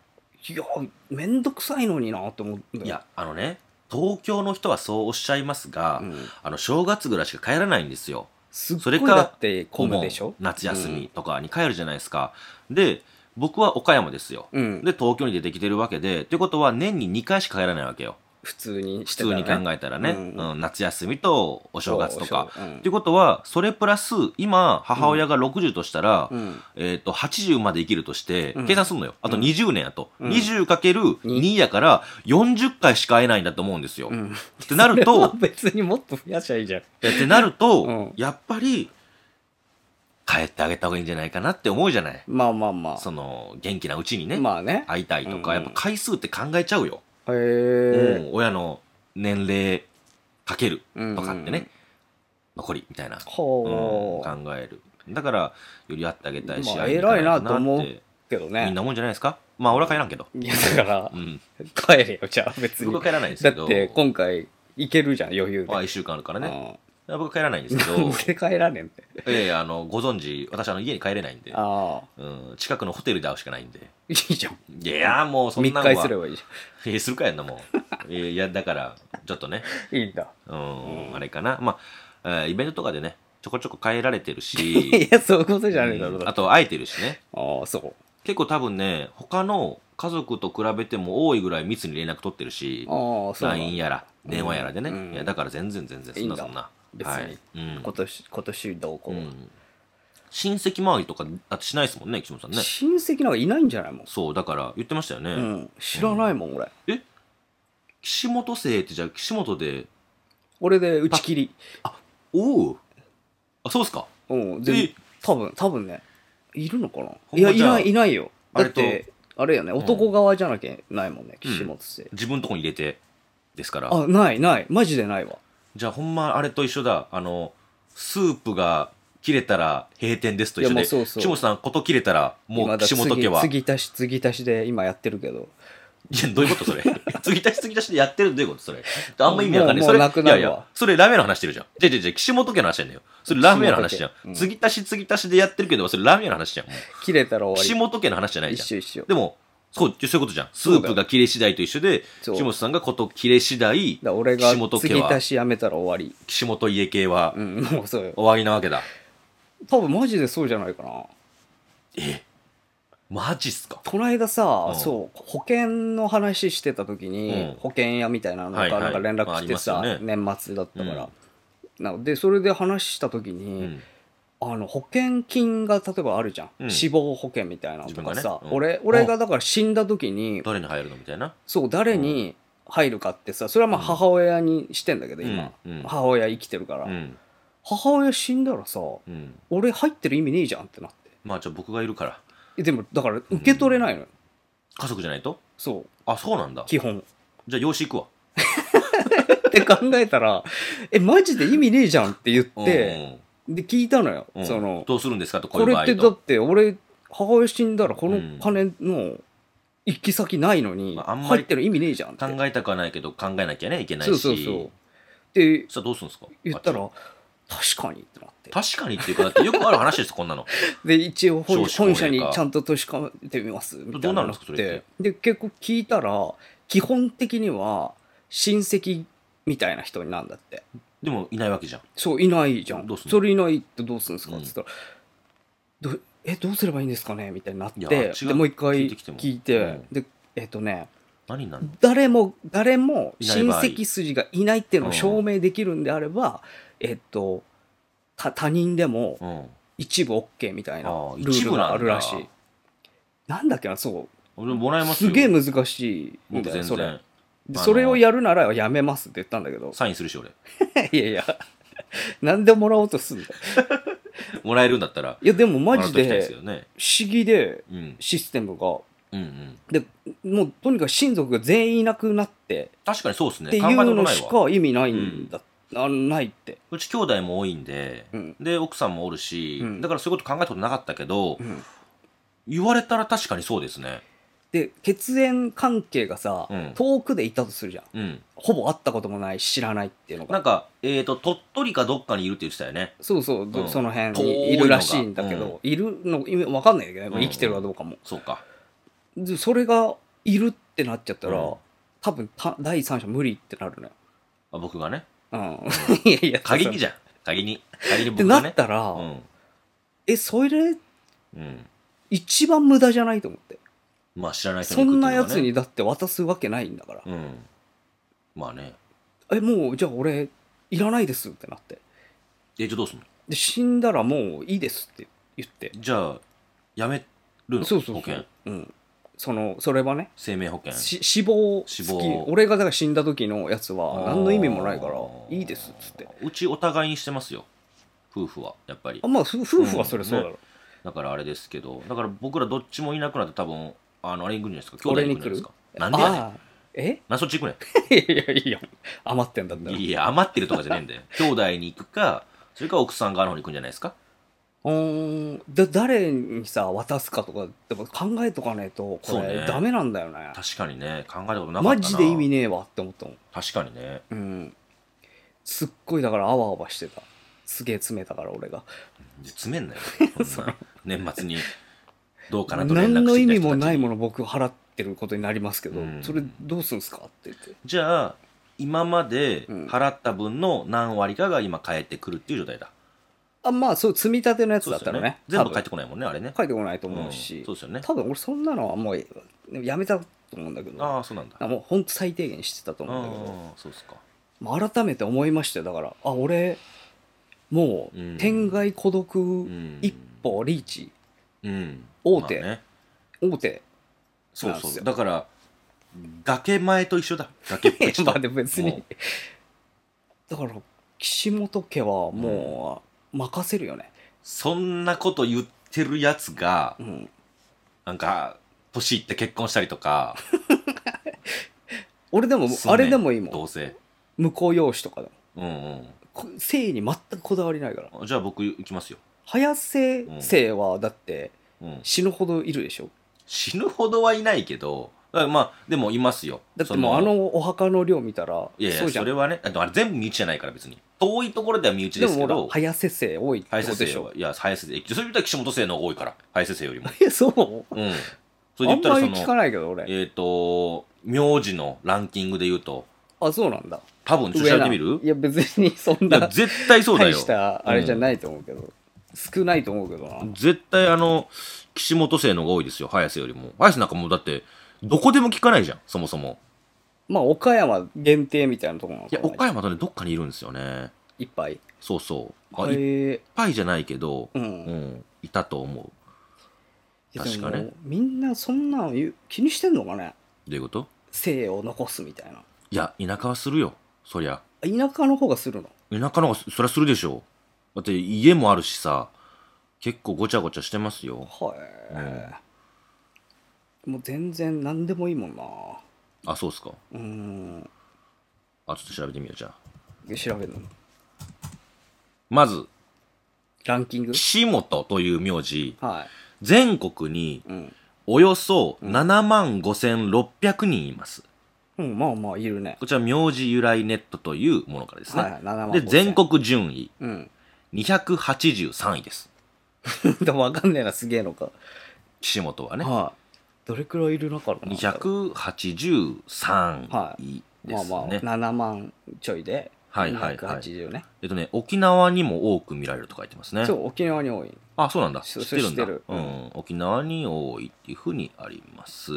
Speaker 1: いやめんどくさいのになと思うんだ
Speaker 2: う
Speaker 1: よ
Speaker 2: ん、いやあのね東京の人はそうおっしゃいますが、
Speaker 1: うん
Speaker 2: あの正月ぐらいしか帰らないんですよ
Speaker 1: すっ
Speaker 2: そ
Speaker 1: ご
Speaker 2: れ
Speaker 1: い
Speaker 2: か
Speaker 1: だって混むでしょ
Speaker 2: お盆夏休みとかに帰るじゃないですか、で僕は岡山ですよ、
Speaker 1: うん
Speaker 2: で東京に出てきてるわけでということは年に2回しか帰らないわけよ
Speaker 1: 普通にし
Speaker 2: 普
Speaker 1: て
Speaker 2: 通
Speaker 1: たら、
Speaker 2: に考えたら
Speaker 1: う
Speaker 2: ね、うんん夏休みとお正月とか。
Speaker 1: そうそううん
Speaker 2: っていうことは、それプラス、今、母親が60としたら、
Speaker 1: うん
Speaker 2: えっ、と、80まで生きるとして
Speaker 1: うん、
Speaker 2: 計算するのよ。あと
Speaker 1: うん
Speaker 2: 20年やと。
Speaker 1: うん
Speaker 2: 20×2 やから、40回しか会えないんだと思うんですよ。
Speaker 1: う
Speaker 2: っ
Speaker 1: ん、
Speaker 2: てなる
Speaker 1: それは
Speaker 2: と、
Speaker 1: 別にもっと増やしゃいいじゃん
Speaker 2: ってなると、
Speaker 1: うん
Speaker 2: やっぱり、帰ってあげた方がいいんじゃないかなって思うじゃない。
Speaker 1: まあまあまあ
Speaker 2: その、元気なうちにね、
Speaker 1: まあね
Speaker 2: 会いたいとか、
Speaker 1: うんうん
Speaker 2: やっぱ回数って考えちゃうよ。
Speaker 1: へえ
Speaker 2: うん親の年齢かけるとかってね、
Speaker 1: うんうん
Speaker 2: 残りみたいな、うん
Speaker 1: ほ
Speaker 2: 考
Speaker 1: う、
Speaker 2: える。だから、より会ってあげたいし、
Speaker 1: まあ
Speaker 2: 会いに行か
Speaker 1: 偉いなと思う
Speaker 2: かなって
Speaker 1: けど
Speaker 2: みん
Speaker 1: ね
Speaker 2: なもんじゃないですかまあ、俺は帰らんけど。
Speaker 1: いやだから
Speaker 2: うん。
Speaker 1: 帰れよじゃあ別に
Speaker 2: 僕は帰らないんです
Speaker 1: だ
Speaker 2: けど。
Speaker 1: って今回行けるじゃん余裕で、
Speaker 2: まあ、一週間あるから
Speaker 1: うん
Speaker 2: ね。僕は帰らないんですけ
Speaker 1: な
Speaker 2: ど
Speaker 1: ん、で帰らねんって
Speaker 2: いやいや、あの、ご存知、私、あの、家に帰れないんで、
Speaker 1: ああ
Speaker 2: うん、近くのホテルで会うしかないんで。
Speaker 1: いいじゃん
Speaker 2: いや、もうそん
Speaker 1: 密
Speaker 2: なんは。
Speaker 1: 会すればいいじ
Speaker 2: いやするかやんな、もう。 いやいや、だから、ちょっとね、
Speaker 1: ゃんいいんだ
Speaker 2: うん、
Speaker 1: うん
Speaker 2: あれかな。まあ、えーイベントとかでね、ちょこちょこ帰られてる
Speaker 1: い
Speaker 2: し、
Speaker 1: やそういうことじゃねえだろ
Speaker 2: う
Speaker 1: うん
Speaker 2: あと、会えてるしね。
Speaker 1: ああそう
Speaker 2: 結構多分ね、他の家族と比べても多いぐらい密に連絡取ってるし、
Speaker 1: ああそうなん
Speaker 2: LINE やら、電話やらでね。
Speaker 1: うん
Speaker 2: いや、だから全然全然、そ
Speaker 1: いい
Speaker 2: ん
Speaker 1: んだ
Speaker 2: なそんな。
Speaker 1: 別に
Speaker 2: はいうん
Speaker 1: 今年今年どうこう、
Speaker 2: うん親戚周りとか、あとしないですもんね、岸本さんね。
Speaker 1: 親戚なんかいないんじゃないもん、
Speaker 2: そう、だから言ってましたよね。
Speaker 1: うん、知らないもん俺
Speaker 2: え岸本生ってじゃあ岸本で、
Speaker 1: 俺で打ち切り
Speaker 2: おうあ、そうっすか
Speaker 1: うん
Speaker 2: え
Speaker 1: で多分多分ねいるのか
Speaker 2: ほ
Speaker 1: なんいや
Speaker 2: ま
Speaker 1: い
Speaker 2: じゃあ
Speaker 1: ないいないよだってあれよね
Speaker 2: ん
Speaker 1: 男側じゃなきゃないもんね、
Speaker 2: うん
Speaker 1: 岸本って
Speaker 2: 自分のとこに入れて、ですから。
Speaker 1: あないないマジでないわ
Speaker 2: じゃあほんまあれと一緒だ。あの、スープが切れたら閉店ですと一緒
Speaker 1: いやも
Speaker 2: で、
Speaker 1: うそうそう
Speaker 2: 岸本さんこと切れたら、も
Speaker 1: 今
Speaker 2: う
Speaker 1: だ
Speaker 2: 岸本家は。い
Speaker 1: 次次足し次足しで今やってるけど
Speaker 2: や、どういうことそれ。 次足し次足しでやってるってどういうこと それ。あんま意味わかんな
Speaker 1: もう
Speaker 2: い。それ
Speaker 1: もうなくなるわ
Speaker 2: いやいや、それラーメンの話してるじゃん。じゃじゃじゃ岸本家の話じゃんよ。それラーメン屋の話じゃん。
Speaker 1: 岸本家うん
Speaker 2: 次足し次足しでやってるけど、それラーメン屋の話じゃん。もう
Speaker 1: 切れたら終
Speaker 2: 岸
Speaker 1: わ
Speaker 2: 本家の話じゃな
Speaker 1: り
Speaker 2: いじゃん
Speaker 1: 一。緒一緒だか
Speaker 2: でも、そう、そういうことじゃん。スープが切れ次第と一緒で、
Speaker 1: そう
Speaker 2: 岸本さんがこと切れ次第、
Speaker 1: ら俺が
Speaker 2: 岸本家
Speaker 1: 次
Speaker 2: は
Speaker 1: 足しやめたら終わり
Speaker 2: 岸本家系は
Speaker 1: うん もうそうよ
Speaker 2: 終わりなわけだ。
Speaker 1: 多分マジでそうじゃないかな
Speaker 2: えマジっすか
Speaker 1: この間さ、
Speaker 2: うん
Speaker 1: そう保険の話してた時に、
Speaker 2: うん
Speaker 1: 保険屋みたいなの
Speaker 2: は
Speaker 1: が
Speaker 2: いはい
Speaker 1: なんか連絡来てさ、
Speaker 2: まああります
Speaker 1: 年末だったから、なのでそれで話した時
Speaker 2: う
Speaker 1: に、
Speaker 2: ん。
Speaker 1: あの保険金が例えばあるじゃん、
Speaker 2: うん
Speaker 1: 死亡保険みたいなのとか
Speaker 2: 自分
Speaker 1: さ、
Speaker 2: がねうん
Speaker 1: 俺俺がだから死んだ時に、
Speaker 2: どれに入るのみたいな。
Speaker 1: そう誰に入るかってさそれはまあ
Speaker 2: うん
Speaker 1: 母親にしてんだけど今、
Speaker 2: うんうん
Speaker 1: 母親生きてるから、
Speaker 2: うん。
Speaker 1: 母親死んだらさ
Speaker 2: うん。
Speaker 1: 俺入ってる意味ねえじゃんってなって
Speaker 2: まあ、じゃあ僕がいるから、
Speaker 1: えでもだから受け取れないのよ、
Speaker 2: 家族じゃないと
Speaker 1: そう
Speaker 2: あ、そうなんだ。
Speaker 1: 基本。
Speaker 2: じゃあ養子行くわ。
Speaker 1: って考えたら、え、マジで意味ねえじゃんって言っ
Speaker 2: うん
Speaker 1: て、、で、聞いたのよ
Speaker 2: うん。
Speaker 1: その、
Speaker 2: どうするんですかと、こう
Speaker 1: こ
Speaker 2: いう
Speaker 1: れ
Speaker 2: 場
Speaker 1: っ
Speaker 2: 合
Speaker 1: てだ
Speaker 2: と。
Speaker 1: って、俺、母親死んだらこ
Speaker 2: うん
Speaker 1: の金の行き先ないのに、
Speaker 2: まああんまり
Speaker 1: 入ってる意味ねえじゃんって。
Speaker 2: 考えたくはないけど、考えなきゃね、いけない
Speaker 1: そ
Speaker 2: し。
Speaker 1: うそうそう。って
Speaker 2: さあどうするんですか
Speaker 1: 言ったら
Speaker 2: あ、
Speaker 1: 確かにってなって。
Speaker 2: 確かにっていうか、だってよくある話です、こんなの。
Speaker 1: で、一応本
Speaker 2: 少子高
Speaker 1: 本
Speaker 2: 齢化
Speaker 1: 社にちゃんと確かめてみます、みたいなのがあって
Speaker 2: どうなるんですか
Speaker 1: で、結構聞いたら、基本的には親戚みたいな人になるんだって。
Speaker 2: でも、いないわけじゃん。
Speaker 1: そういないじゃん
Speaker 2: どうすんの
Speaker 1: それいないってどうするんですか?」
Speaker 2: う
Speaker 1: っ
Speaker 2: ん
Speaker 1: つったら「どえどうすればいいんですかね?」みたいになっ
Speaker 2: い
Speaker 1: て
Speaker 2: や
Speaker 1: で
Speaker 2: 違う
Speaker 1: もう一回
Speaker 2: 聞いてきても
Speaker 1: 聞いて、
Speaker 2: うん
Speaker 1: でえっ、とね
Speaker 2: 何になるの
Speaker 1: 誰も誰も
Speaker 2: いな
Speaker 1: 親
Speaker 2: い場合
Speaker 1: 戚筋がいないっていうのを証明できるんであれば、えっ、と他他人でも
Speaker 2: うん。
Speaker 1: 一部 OK みたいな
Speaker 2: あー
Speaker 1: ルールがあるらし
Speaker 2: 一部なん
Speaker 1: い
Speaker 2: だ。
Speaker 1: なんだっけなそ
Speaker 2: 俺もら
Speaker 1: う
Speaker 2: えます
Speaker 1: す
Speaker 2: よ。
Speaker 1: げえ難しいみ
Speaker 2: 僕
Speaker 1: たい
Speaker 2: 全
Speaker 1: なそれ
Speaker 2: 然。
Speaker 1: で
Speaker 2: あの
Speaker 1: それをやるならやめますって言ったんだけど
Speaker 2: サインするし、俺。
Speaker 1: いやいやなんでもらおうとすんだ
Speaker 2: もらえるんだったら。
Speaker 1: いやでもマジ
Speaker 2: もらっときたいすけ
Speaker 1: で
Speaker 2: どね。
Speaker 1: 不思議で
Speaker 2: うん。
Speaker 1: システムが
Speaker 2: うんうん。
Speaker 1: でもうとにかく親族が全員いなくなって
Speaker 2: 確かにそうですね。
Speaker 1: ってい
Speaker 2: 考えたこと
Speaker 1: うの
Speaker 2: ない
Speaker 1: し
Speaker 2: わ。
Speaker 1: か意味ないんだ、あないって、
Speaker 2: うち兄弟も多いんで、
Speaker 1: うん
Speaker 2: で、奥さんもおるし、
Speaker 1: うん
Speaker 2: だからそういうこと考えたことなかったけど、
Speaker 1: うん
Speaker 2: 言われたら確かにそうですね。
Speaker 1: で血縁関係がさ、
Speaker 2: うん
Speaker 1: 遠くでいたとするじゃん
Speaker 2: うん。
Speaker 1: ほぼ会ったこともない知らないっていうのが
Speaker 2: なんか、えっ、と、鳥取かどっかにいるって言ってたよね。
Speaker 1: そうそう、ど
Speaker 2: うん
Speaker 1: その辺
Speaker 2: 遠いの
Speaker 1: に
Speaker 2: が
Speaker 1: いるらしいんだけど、いるの意味わかんないんだけど、
Speaker 2: うん
Speaker 1: 生きてるかどうかも、
Speaker 2: そうか。
Speaker 1: でそれがいるってなっちゃったら、
Speaker 2: うん
Speaker 1: 多分た第三者無理ってなるのよ、
Speaker 2: あ僕がね。
Speaker 1: うん、 いやいや
Speaker 2: 仮に
Speaker 1: じ
Speaker 2: じゃん。仮に。仮に
Speaker 1: って
Speaker 2: 僕が
Speaker 1: なっ
Speaker 2: ね。
Speaker 1: たら、
Speaker 2: うん。
Speaker 1: えそれ
Speaker 2: うん。
Speaker 1: 一番無駄じゃないと思って
Speaker 2: まあ知らない人
Speaker 1: そんな
Speaker 2: 行
Speaker 1: や
Speaker 2: くって
Speaker 1: つ
Speaker 2: い
Speaker 1: に
Speaker 2: う
Speaker 1: だって渡すわけないんだから、
Speaker 2: のはね。うん。まあね。
Speaker 1: えもうじゃあ俺いらないですってなって
Speaker 2: え、じゃあどうすんの
Speaker 1: で死んだらもういいですって言って
Speaker 2: じゃあ、やめるの
Speaker 1: そうそうそう
Speaker 2: 保険。
Speaker 1: うん、そのそれはね
Speaker 2: 生命保険。
Speaker 1: し死亡付き
Speaker 2: 死亡
Speaker 1: 俺がだから死んだ時のやつは何の意味もないから
Speaker 2: あー
Speaker 1: いいですっつって
Speaker 2: うちお互いにしてますよ。夫婦は、やっぱり
Speaker 1: あ。まあふ夫婦はそれそうだろ、
Speaker 2: だからあれですけど、だから僕らどっちもいなくなって多分、あの、あれに行くんじゃないですか。兄弟に行くんじゃないですか。なんでやねん。
Speaker 1: ああえ
Speaker 2: なんでそっち行くねん。
Speaker 1: いやいやいや余ってんだったら
Speaker 2: いや、余ってるとかじゃねえん だよ。兄弟に行くか、それか奥さん側の方に行くんじゃないですか。
Speaker 1: うーんだ誰にさ渡すかとかでも考えとかねえとこ
Speaker 2: そう
Speaker 1: れ
Speaker 2: ね
Speaker 1: ダメなんだよね
Speaker 2: 確かにね、考えたことなかったな。
Speaker 1: マジで意味ねえわって思ったもん、
Speaker 2: 確かにね。
Speaker 1: うん、すっごいだからあわあわしてたすげえ詰めたから俺が
Speaker 2: で詰めんなよ。 そんな年末に、どうかなと連絡して
Speaker 1: 何の意味もない
Speaker 2: ん。
Speaker 1: もの僕払ってることになりますけど、
Speaker 2: うん
Speaker 1: それどうすんすかって言って
Speaker 2: じゃあ、今まで
Speaker 1: うん
Speaker 2: 払った分の何割かが今返ってくるっていう状態だ。
Speaker 1: あまあそう積み立てのやつ
Speaker 2: そう
Speaker 1: だ
Speaker 2: で
Speaker 1: っ
Speaker 2: す
Speaker 1: た
Speaker 2: よ
Speaker 1: らね
Speaker 2: 全部返っててこないもんね、あれね。
Speaker 1: 返ってこないと
Speaker 2: う
Speaker 1: 思うんし、
Speaker 2: そうですよね。
Speaker 1: 多分俺そんなのはもうやめたと思うんだけど
Speaker 2: ああ、そうなんだ。あ
Speaker 1: あもうほんと最低限してたと
Speaker 2: あ
Speaker 1: 思うんだけど
Speaker 2: ー、そうですか。
Speaker 1: まあ、改めて思いましたよだからあ俺もう
Speaker 2: うん
Speaker 1: 天外孤独
Speaker 2: うん
Speaker 1: 一歩リーチ、
Speaker 2: うん。
Speaker 1: 大手
Speaker 2: まあね
Speaker 1: 大手
Speaker 2: そう
Speaker 1: なんです
Speaker 2: そ
Speaker 1: よ
Speaker 2: う。だから、崖前と一緒だ。崖っぷち と
Speaker 1: まあでも別
Speaker 2: も
Speaker 1: に
Speaker 2: う
Speaker 1: だから岸本家はもう任せるよね、
Speaker 2: そんなこと言ってるやつが
Speaker 1: う、ん、
Speaker 2: なんか、年いって結婚したり とか、
Speaker 1: 俺でも
Speaker 2: すんねん
Speaker 1: あれでもいいも
Speaker 2: ど
Speaker 1: ん
Speaker 2: うせ。
Speaker 1: 向こう養子とかでも
Speaker 2: うんうん。
Speaker 1: こ性に全くこだわりないから
Speaker 2: じゃあ僕行きますよ。
Speaker 1: 早生生はだって
Speaker 2: うん、
Speaker 1: 死ぬほどいるでしょ
Speaker 2: 死ぬほどはいないけど、あまあ、でもいますよ。
Speaker 1: だって
Speaker 2: そ
Speaker 1: もうあ、のお墓の量見たら
Speaker 2: いやい
Speaker 1: そう
Speaker 2: や、
Speaker 1: じゃ
Speaker 2: そ
Speaker 1: ん
Speaker 2: れはね、あでもあれ全部身内じゃないから別に。遠いところでは身内
Speaker 1: で
Speaker 2: です
Speaker 1: も
Speaker 2: け
Speaker 1: ほら
Speaker 2: ど、
Speaker 1: 早生生多いってこと
Speaker 2: 林
Speaker 1: で
Speaker 2: 先
Speaker 1: し
Speaker 2: 生
Speaker 1: ょ
Speaker 2: は、いや、林先生、そういう意味では岸本生の方が多いから、林先生より も。
Speaker 1: えそう
Speaker 2: うん。それ
Speaker 1: あ
Speaker 2: で言
Speaker 1: ん
Speaker 2: った
Speaker 1: ま
Speaker 2: ら、
Speaker 1: り
Speaker 2: そ
Speaker 1: 聞か
Speaker 2: の、
Speaker 1: ないけど俺
Speaker 2: えっ、と、名字のランキングで言うと、
Speaker 1: あそうなんだ
Speaker 2: 多分、ちょっと調べてみ
Speaker 1: 上
Speaker 2: る
Speaker 1: ないや別にそん
Speaker 2: いや
Speaker 1: な
Speaker 2: 絶対そうだ
Speaker 1: 大
Speaker 2: よ
Speaker 1: し。たあれじゃないと思うけど、少ないと思うけどな
Speaker 2: 絶対あの、岸本生の方が多いですよ、林よりも。林なんかもうだって、どこでも聞かないじゃん、そもそも。
Speaker 1: まあ岡山限定みたいなところなの
Speaker 2: い
Speaker 1: か
Speaker 2: や、
Speaker 1: な
Speaker 2: 岡山とね、どっかにいるんですよね。
Speaker 1: いっぱい
Speaker 2: そうそう。あいっ
Speaker 1: へえ
Speaker 2: ぱいじゃないけど、
Speaker 1: う
Speaker 2: うんん、いたと思う。ど
Speaker 1: いやでも
Speaker 2: 確かね
Speaker 1: みんなそんなの言う気にしてんのかね
Speaker 2: ういうこと
Speaker 1: 生を残すみたいない
Speaker 2: や、田舎はするよ、そりゃ。
Speaker 1: 田舎の方がするの
Speaker 2: 田舎の方が、そりゃするでしょう。だって家もあるしさ、結構ごちゃごちゃしてますよ。
Speaker 1: はい、もう全然何でもいいもんな
Speaker 2: あ、そうっすか。
Speaker 1: うん
Speaker 2: あ、ちょっと調べてみよう、じゃあ。
Speaker 1: 調べるの
Speaker 2: まず、
Speaker 1: ランキング
Speaker 2: 岸本という名字、
Speaker 1: は
Speaker 2: 全国に
Speaker 1: いうん、
Speaker 2: およそ7万5600人います。
Speaker 1: うん、まあまあいるね
Speaker 2: こちら、名字由来ネットというものからですね。
Speaker 1: はいはい7万
Speaker 2: で、
Speaker 1: 5000
Speaker 2: 全国順位
Speaker 1: うん
Speaker 2: 283位です。
Speaker 1: わかんねえなすげえのか
Speaker 2: 岸本はね、
Speaker 1: はいどれくらいいる中の
Speaker 2: 283
Speaker 1: はい
Speaker 2: 位で
Speaker 1: ますあ
Speaker 2: ね。
Speaker 1: まあ7万ちょいで
Speaker 2: はいはいはい
Speaker 1: 280ね
Speaker 2: えっとね、沖縄にも多く見られると書いてますね。
Speaker 1: そう沖縄に多い
Speaker 2: あ、そうなんだ。知
Speaker 1: そ
Speaker 2: ってるん
Speaker 1: 知
Speaker 2: だ。
Speaker 1: ってる
Speaker 2: う
Speaker 1: うん
Speaker 2: ん。沖縄に多いっていうふうにあります。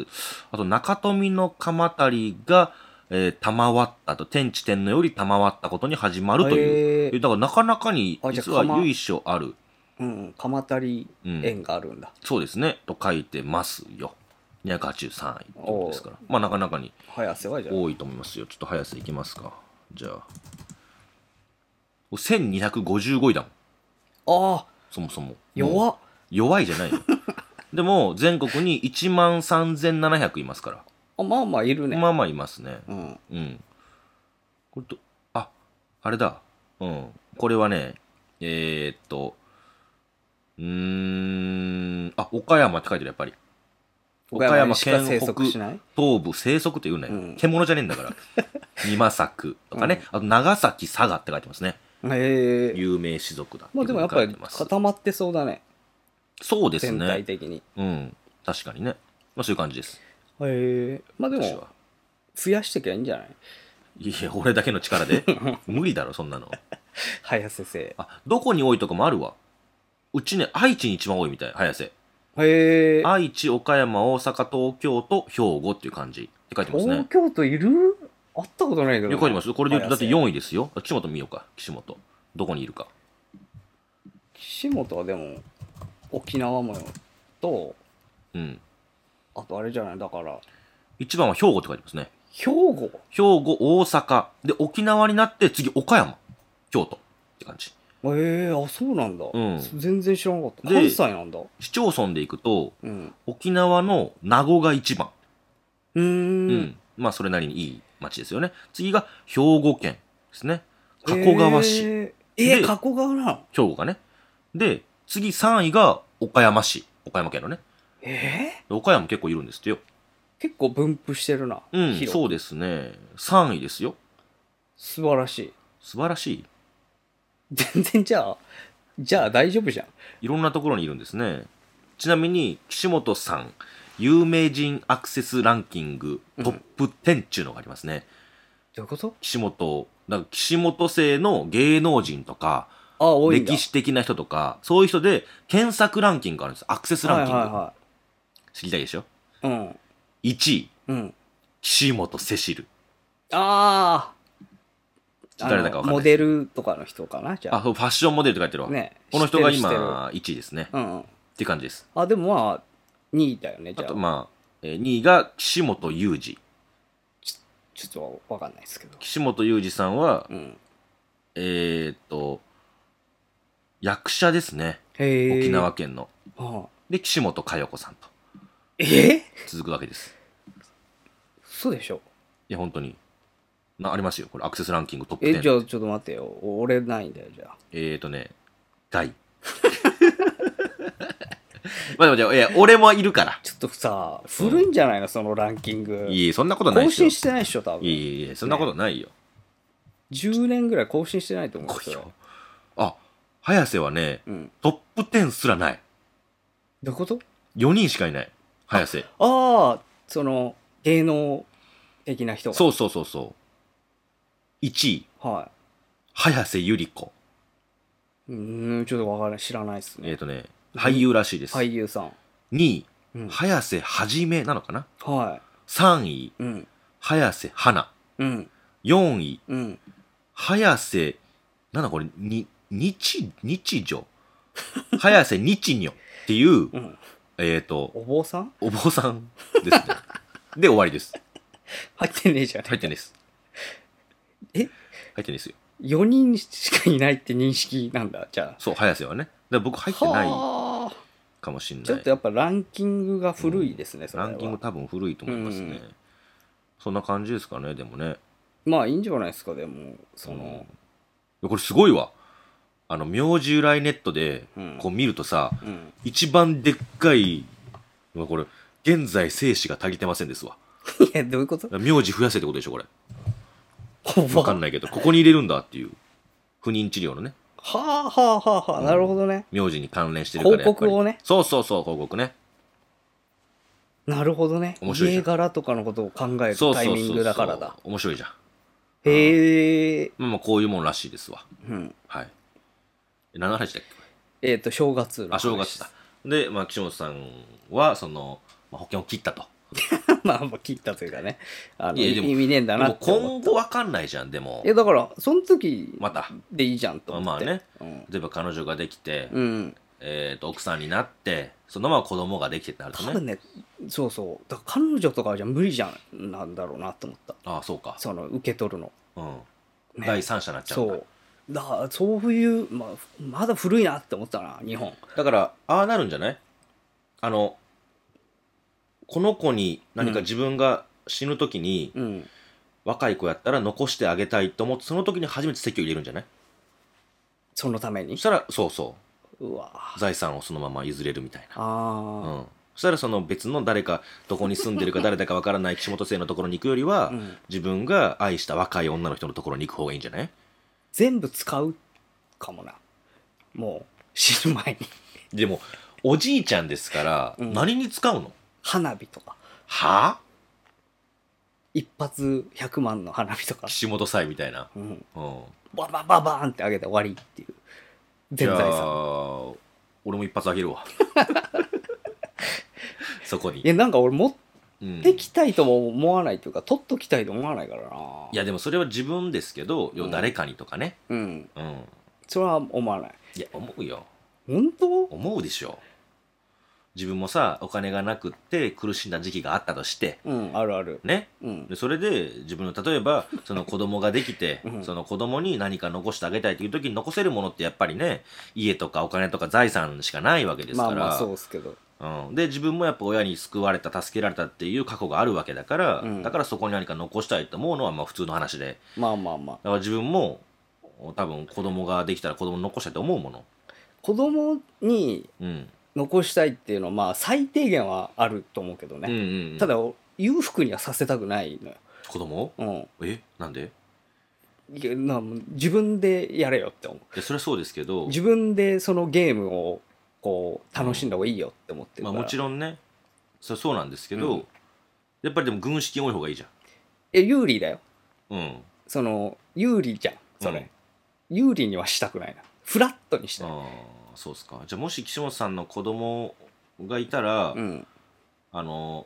Speaker 2: あと、中富の鎌足りが、えー、賜ったと、天地天皇より賜ったことに始まるという。
Speaker 1: へー
Speaker 2: えだから、なかなかに、
Speaker 1: あじゃあ
Speaker 2: 実は
Speaker 1: 鎌
Speaker 2: 由緒ある、
Speaker 1: うん鎌足り
Speaker 2: うん、
Speaker 1: 縁があるんだ、
Speaker 2: そうですね、と書いてますよ。283位ってことですから。まあ、なかなかに
Speaker 1: 早瀬はじゃあ
Speaker 2: 多いと思いますよ。ちょっと早瀬いきますか。じゃあ。1255位だもん、
Speaker 1: ああ
Speaker 2: そもそも。
Speaker 1: 弱っ
Speaker 2: 弱いじゃないよ でも全国に1万3700いますか
Speaker 1: あまあまあいる
Speaker 2: ら、
Speaker 1: ね、
Speaker 2: まあまあいますね
Speaker 1: うん
Speaker 2: うんこれとああれだうんこれはねえー、っとうーんあ岡山って書いてるやっぱり岡
Speaker 1: 岡山
Speaker 2: 山
Speaker 1: にしか
Speaker 2: 県
Speaker 1: 生
Speaker 2: 北
Speaker 1: 息しない
Speaker 2: 東部生息って言うなよ、
Speaker 1: うん
Speaker 2: 獣じゃねえんだから今作とかね、あと長崎佐賀って書いてますね
Speaker 1: へえ
Speaker 2: 有名士族だって
Speaker 1: まあでもやっ
Speaker 2: 書
Speaker 1: ぱ
Speaker 2: い
Speaker 1: り
Speaker 2: てます
Speaker 1: 固まってそうだね
Speaker 2: そうです
Speaker 1: 全体
Speaker 2: ね
Speaker 1: 的に
Speaker 2: うん確かにねまあそういう感じです
Speaker 1: へえまあで
Speaker 2: 私
Speaker 1: も
Speaker 2: は
Speaker 1: 増やしてきゃいいんじゃない
Speaker 2: いや、俺だけの 力で無理だろ、そんなの。
Speaker 1: 早瀬生
Speaker 2: あ、どこに多いとかもあるわ。うちね、愛知に一番多いみたい、早瀬。
Speaker 1: へえ
Speaker 2: 愛知、岡山、大阪、東京と兵庫っていう感じって書いてます
Speaker 1: 東
Speaker 2: ね。
Speaker 1: 京都いる会ったことないけど
Speaker 2: いや
Speaker 1: な
Speaker 2: 書いてますこれで言うと、だって
Speaker 1: 綾瀬
Speaker 2: 4位ですよ。あ岸本見ようか。岸本。どこにいるか。
Speaker 1: 岸本はでも沖縄もと
Speaker 2: うん。
Speaker 1: あとあれじゃないだから
Speaker 2: 1番は兵庫って書いてますね。
Speaker 1: 兵庫
Speaker 2: 兵庫、大阪。で、沖縄になって、次、岡山。京都。って感じ。
Speaker 1: ええあそうなんだ、
Speaker 2: うん
Speaker 1: 全然知らなかった
Speaker 2: で
Speaker 1: 関西なんだ
Speaker 2: 市町村で行くと、
Speaker 1: うん
Speaker 2: 沖縄の名護が1番。
Speaker 1: うー
Speaker 2: うんん。まあ、それなりにいい町ですよね。次が、兵庫県ですね。加古川
Speaker 1: え
Speaker 2: 市。
Speaker 1: ー、えー
Speaker 2: で
Speaker 1: 加古川なの
Speaker 2: 兵庫がね。で、次3位が岡山市。岡山県のね。
Speaker 1: え
Speaker 2: で岡山結構いるんですってよ。
Speaker 1: ー、結構分布してるな、
Speaker 2: うん、
Speaker 1: 広
Speaker 2: そうですね。3位ですよ。
Speaker 1: 素晴らしい
Speaker 2: 素晴らしい。
Speaker 1: 全然じゃあじゃあ大丈夫じゃん
Speaker 2: いろんなところにいるんですね。ちなみに、岸本さん、有名人アクセスランキングトップ10っていうのがありますね。
Speaker 1: どういうこと
Speaker 2: 岸本、なんか岸本姓の芸能人とか、
Speaker 1: あ多いんだ
Speaker 2: 歴史的な人とか、そういう人で検索ランキングがあるんです。アクセスランキング。
Speaker 1: はいは
Speaker 2: 知りたいでしょ
Speaker 1: いはい
Speaker 2: ?1 位、
Speaker 1: うんうん
Speaker 2: 岸本セシル。
Speaker 1: ああ
Speaker 2: 誰だかわかんないです
Speaker 1: モデルとかの人かなじゃ
Speaker 2: あ、
Speaker 1: あ
Speaker 2: そうファッションモデルって書いてるわ。
Speaker 1: ね
Speaker 2: この人が
Speaker 1: 知ってる知ってる
Speaker 2: 今1位ですね。っ
Speaker 1: うんうん
Speaker 2: て感じです。
Speaker 1: あでもまあ2位だよねじ
Speaker 2: あ
Speaker 1: ゃあ
Speaker 2: と、まあ、えー2位が岸本裕二。
Speaker 1: ちょっとわかんないですけど
Speaker 2: 岸本裕二さんは、
Speaker 1: うん
Speaker 2: えーっと、役者ですね。
Speaker 1: へえ
Speaker 2: 沖縄県の。
Speaker 1: ああ
Speaker 2: で、岸本佳代子さんと
Speaker 1: え
Speaker 2: 続くわけです。
Speaker 1: そうでしょ
Speaker 2: いや、本当に。なありますよ。これ、アクセスランキングトップ
Speaker 1: えじゃ
Speaker 2: 10。
Speaker 1: あちょっと待ってよ俺ないんだよじゃあ
Speaker 2: えーっとね、第。 まあでもじゃあ、いや、俺もいるから。
Speaker 1: ちょっとさ古いんじゃないのそのランキング
Speaker 2: いえ、そんなことない
Speaker 1: 更
Speaker 2: です
Speaker 1: 新
Speaker 2: よ。い
Speaker 1: してないでしょ多
Speaker 2: え
Speaker 1: 分
Speaker 2: いえいえ、そんなことないよ。
Speaker 1: 10年ぐらい更新してないと思うんで
Speaker 2: 来
Speaker 1: す
Speaker 2: い
Speaker 1: よ
Speaker 2: よ。あ、早瀬はね、
Speaker 1: うん
Speaker 2: トップ10すらない。
Speaker 1: どういうこと
Speaker 2: 4人しかいない。早瀬。
Speaker 1: ああその芸能的な人が
Speaker 2: そうそうそうそう。1位、
Speaker 1: は
Speaker 2: 早瀬ゆり子。
Speaker 1: いうーんちょっとわからない知らないです
Speaker 2: えっ、
Speaker 1: ね
Speaker 2: とね、俳優らしいです。
Speaker 1: 俳優さん、
Speaker 2: 2位、
Speaker 1: うん、
Speaker 2: 早瀬はじめなのかな
Speaker 1: は
Speaker 2: ?3 位、
Speaker 1: いうん
Speaker 2: 早瀬花。
Speaker 1: うん
Speaker 2: 4位、
Speaker 1: うん
Speaker 2: 早瀬、なんだこれ、に、日、日女 早瀬日女ってい
Speaker 1: う、
Speaker 2: う
Speaker 1: ん
Speaker 2: えっ、と、
Speaker 1: お坊さん
Speaker 2: お坊さんです ね。で、終わりです。
Speaker 1: 入ってねえじゃん
Speaker 2: 入ってないです。
Speaker 1: え
Speaker 2: 入ってないですよ。
Speaker 1: 4人しかいないって認識なんだじゃあ
Speaker 2: そう、早瀬はね。だから僕入ってない
Speaker 1: はあ
Speaker 2: かもしれない。
Speaker 1: ちょっとやっぱランキングが古いですね、それは
Speaker 2: ランキング多分古いと思いますね。
Speaker 1: うん
Speaker 2: そんな感じですかね、でもね。
Speaker 1: まあいいんじゃないですかでもその
Speaker 2: うんこれすごいわ。あの、名字由来ネットで
Speaker 1: うん、
Speaker 2: こう見るとさ、
Speaker 1: うん、
Speaker 2: 一番でっかいのがこれ、現在生死が足りてませんですわ。
Speaker 1: いやどういうこと
Speaker 2: 名字増やせってことでしょ、これ。
Speaker 1: お
Speaker 2: わかん
Speaker 1: ない
Speaker 2: ないけど、ここに入れるんだっていう。不妊治療のね、
Speaker 1: はあはあはあはあ、
Speaker 2: うん
Speaker 1: なるほどね
Speaker 2: 名字に関連してるからやっぱり。
Speaker 1: 広告をね
Speaker 2: そうそうそう、広告ね。
Speaker 1: なるほどね
Speaker 2: 面白いじ
Speaker 1: 家
Speaker 2: ゃん
Speaker 1: 柄とかのことを考える
Speaker 2: そうそ
Speaker 1: タ
Speaker 2: う
Speaker 1: イ
Speaker 2: そう
Speaker 1: ミ
Speaker 2: そ
Speaker 1: ン
Speaker 2: う
Speaker 1: グだからだ
Speaker 2: 面白いじゃん。
Speaker 1: へえ、
Speaker 2: まあまあ、こういうもんらしいですわ。
Speaker 1: うん、
Speaker 2: はい。え何の話だっけ
Speaker 1: えっ、と正月の話
Speaker 2: あ、正月だ。で、まあ、岸本さんは、その、まあ、保険を切ったと。
Speaker 1: まあまあ切ったというかねあの
Speaker 2: いやでも
Speaker 1: 意味ねえんだ
Speaker 2: で
Speaker 1: な
Speaker 2: も
Speaker 1: って思
Speaker 2: 今後わかんないじゃん、でも
Speaker 1: い。やだからその時
Speaker 2: また。
Speaker 1: でいいじゃんと思って
Speaker 2: まあね。
Speaker 1: うん、
Speaker 2: 例えば彼女ができて、
Speaker 1: うん、
Speaker 2: えっ、と、奥さんになって、そのまま子供ができてってなると
Speaker 1: 多
Speaker 2: ね。
Speaker 1: 分ねそうそうだから彼女とかじゃ無理じゃんなんだろうなと思った
Speaker 2: ああ、そうか。
Speaker 1: その受け取るの、
Speaker 2: うん。
Speaker 1: ね
Speaker 2: 第三者になっちゃう
Speaker 1: そ
Speaker 2: んだ
Speaker 1: うだからそういう、まあ、まだ古いなって思ったな日本
Speaker 2: だから、ああなるんじゃないあの、この子に何か自分が死ぬときに、
Speaker 1: うん
Speaker 2: 若い子やったら残してあげたいと思って、その時に初めて籍を入れるんじゃない
Speaker 1: そのため
Speaker 2: そ
Speaker 1: に
Speaker 2: したら、そうそう。
Speaker 1: うわあ
Speaker 2: 財産をそのまま譲れるみたいな。う
Speaker 1: あ
Speaker 2: ん。そしたらその別の誰か、どこに住 んでるか誰だかわからない岸本生のところに行くよりは、
Speaker 1: ー、うん、
Speaker 2: 自分が愛した若い女の人のところに行く方がいいんじゃない
Speaker 1: 全部使うかもなもう死ぬ前に
Speaker 2: でも、おじいちゃんですから、
Speaker 1: うん
Speaker 2: 何に使うの
Speaker 1: 花火とか
Speaker 2: は
Speaker 1: 一発100万の花火とか
Speaker 2: ぁ、岸本祭みたいな。
Speaker 1: うん、
Speaker 2: うん。
Speaker 1: ババババーンって上げて終わりっていう全財
Speaker 2: じゃ
Speaker 1: 産
Speaker 2: あ 俺も一発あげるわ。そこに
Speaker 1: い。やなんか俺も
Speaker 2: うん
Speaker 1: ってきたいとも思わないというか取っときたいと思わないからない
Speaker 2: やでもそれは自分ですけど、要は誰かにとかね。
Speaker 1: うん
Speaker 2: うん。
Speaker 1: それは思わない
Speaker 2: いや、思うよ。
Speaker 1: 本当
Speaker 2: 思うでしょ。自分もさ、お金がなくって苦しんだ時期があったとして、
Speaker 1: うんあるある
Speaker 2: ね。
Speaker 1: うん
Speaker 2: でそれで自分の例えばその子供ができて、
Speaker 1: うん
Speaker 2: その子供に何か残してあげたいという時に残せるものってやっぱりね家とかお金とか財産しかないわけです
Speaker 1: ま
Speaker 2: か
Speaker 1: あ
Speaker 2: ら、
Speaker 1: まあそうですけど
Speaker 2: うん、で自分もやっぱ親に救われた助けられたっていう過去があるわけだから、
Speaker 1: うん
Speaker 2: だからそこに何か残したいと思うのはまあ普通の話で
Speaker 1: まあまあまあ
Speaker 2: だから自分も多分子供ができたら子供残したいと思うもの、
Speaker 1: 子供に
Speaker 2: うん
Speaker 1: 残したいっていうのはまあ最低限はあると思うけど
Speaker 2: うん
Speaker 1: ね、
Speaker 2: うんうん
Speaker 1: ただ裕福にはさせたくないのよ、
Speaker 2: 子供
Speaker 1: うん
Speaker 2: えなんで
Speaker 1: いやな自分でやれよって思
Speaker 2: いやそれはそうですけ
Speaker 1: う
Speaker 2: ど、
Speaker 1: 自分でそのゲームをこう楽しんだ方がいいよって思ってる
Speaker 2: ま
Speaker 1: か
Speaker 2: あ、
Speaker 1: ら、
Speaker 2: もちろんねそれはそうなんですけど、
Speaker 1: うん
Speaker 2: やっぱりでも軍資金多い方がいいじゃん
Speaker 1: え有利だよ
Speaker 2: うん
Speaker 1: その有利じゃんそれ、有利にはしたくないなフラットにしたい、
Speaker 2: ああそうっすかじゃあもし岸本さんの子供がいたら、
Speaker 1: うん、
Speaker 2: あの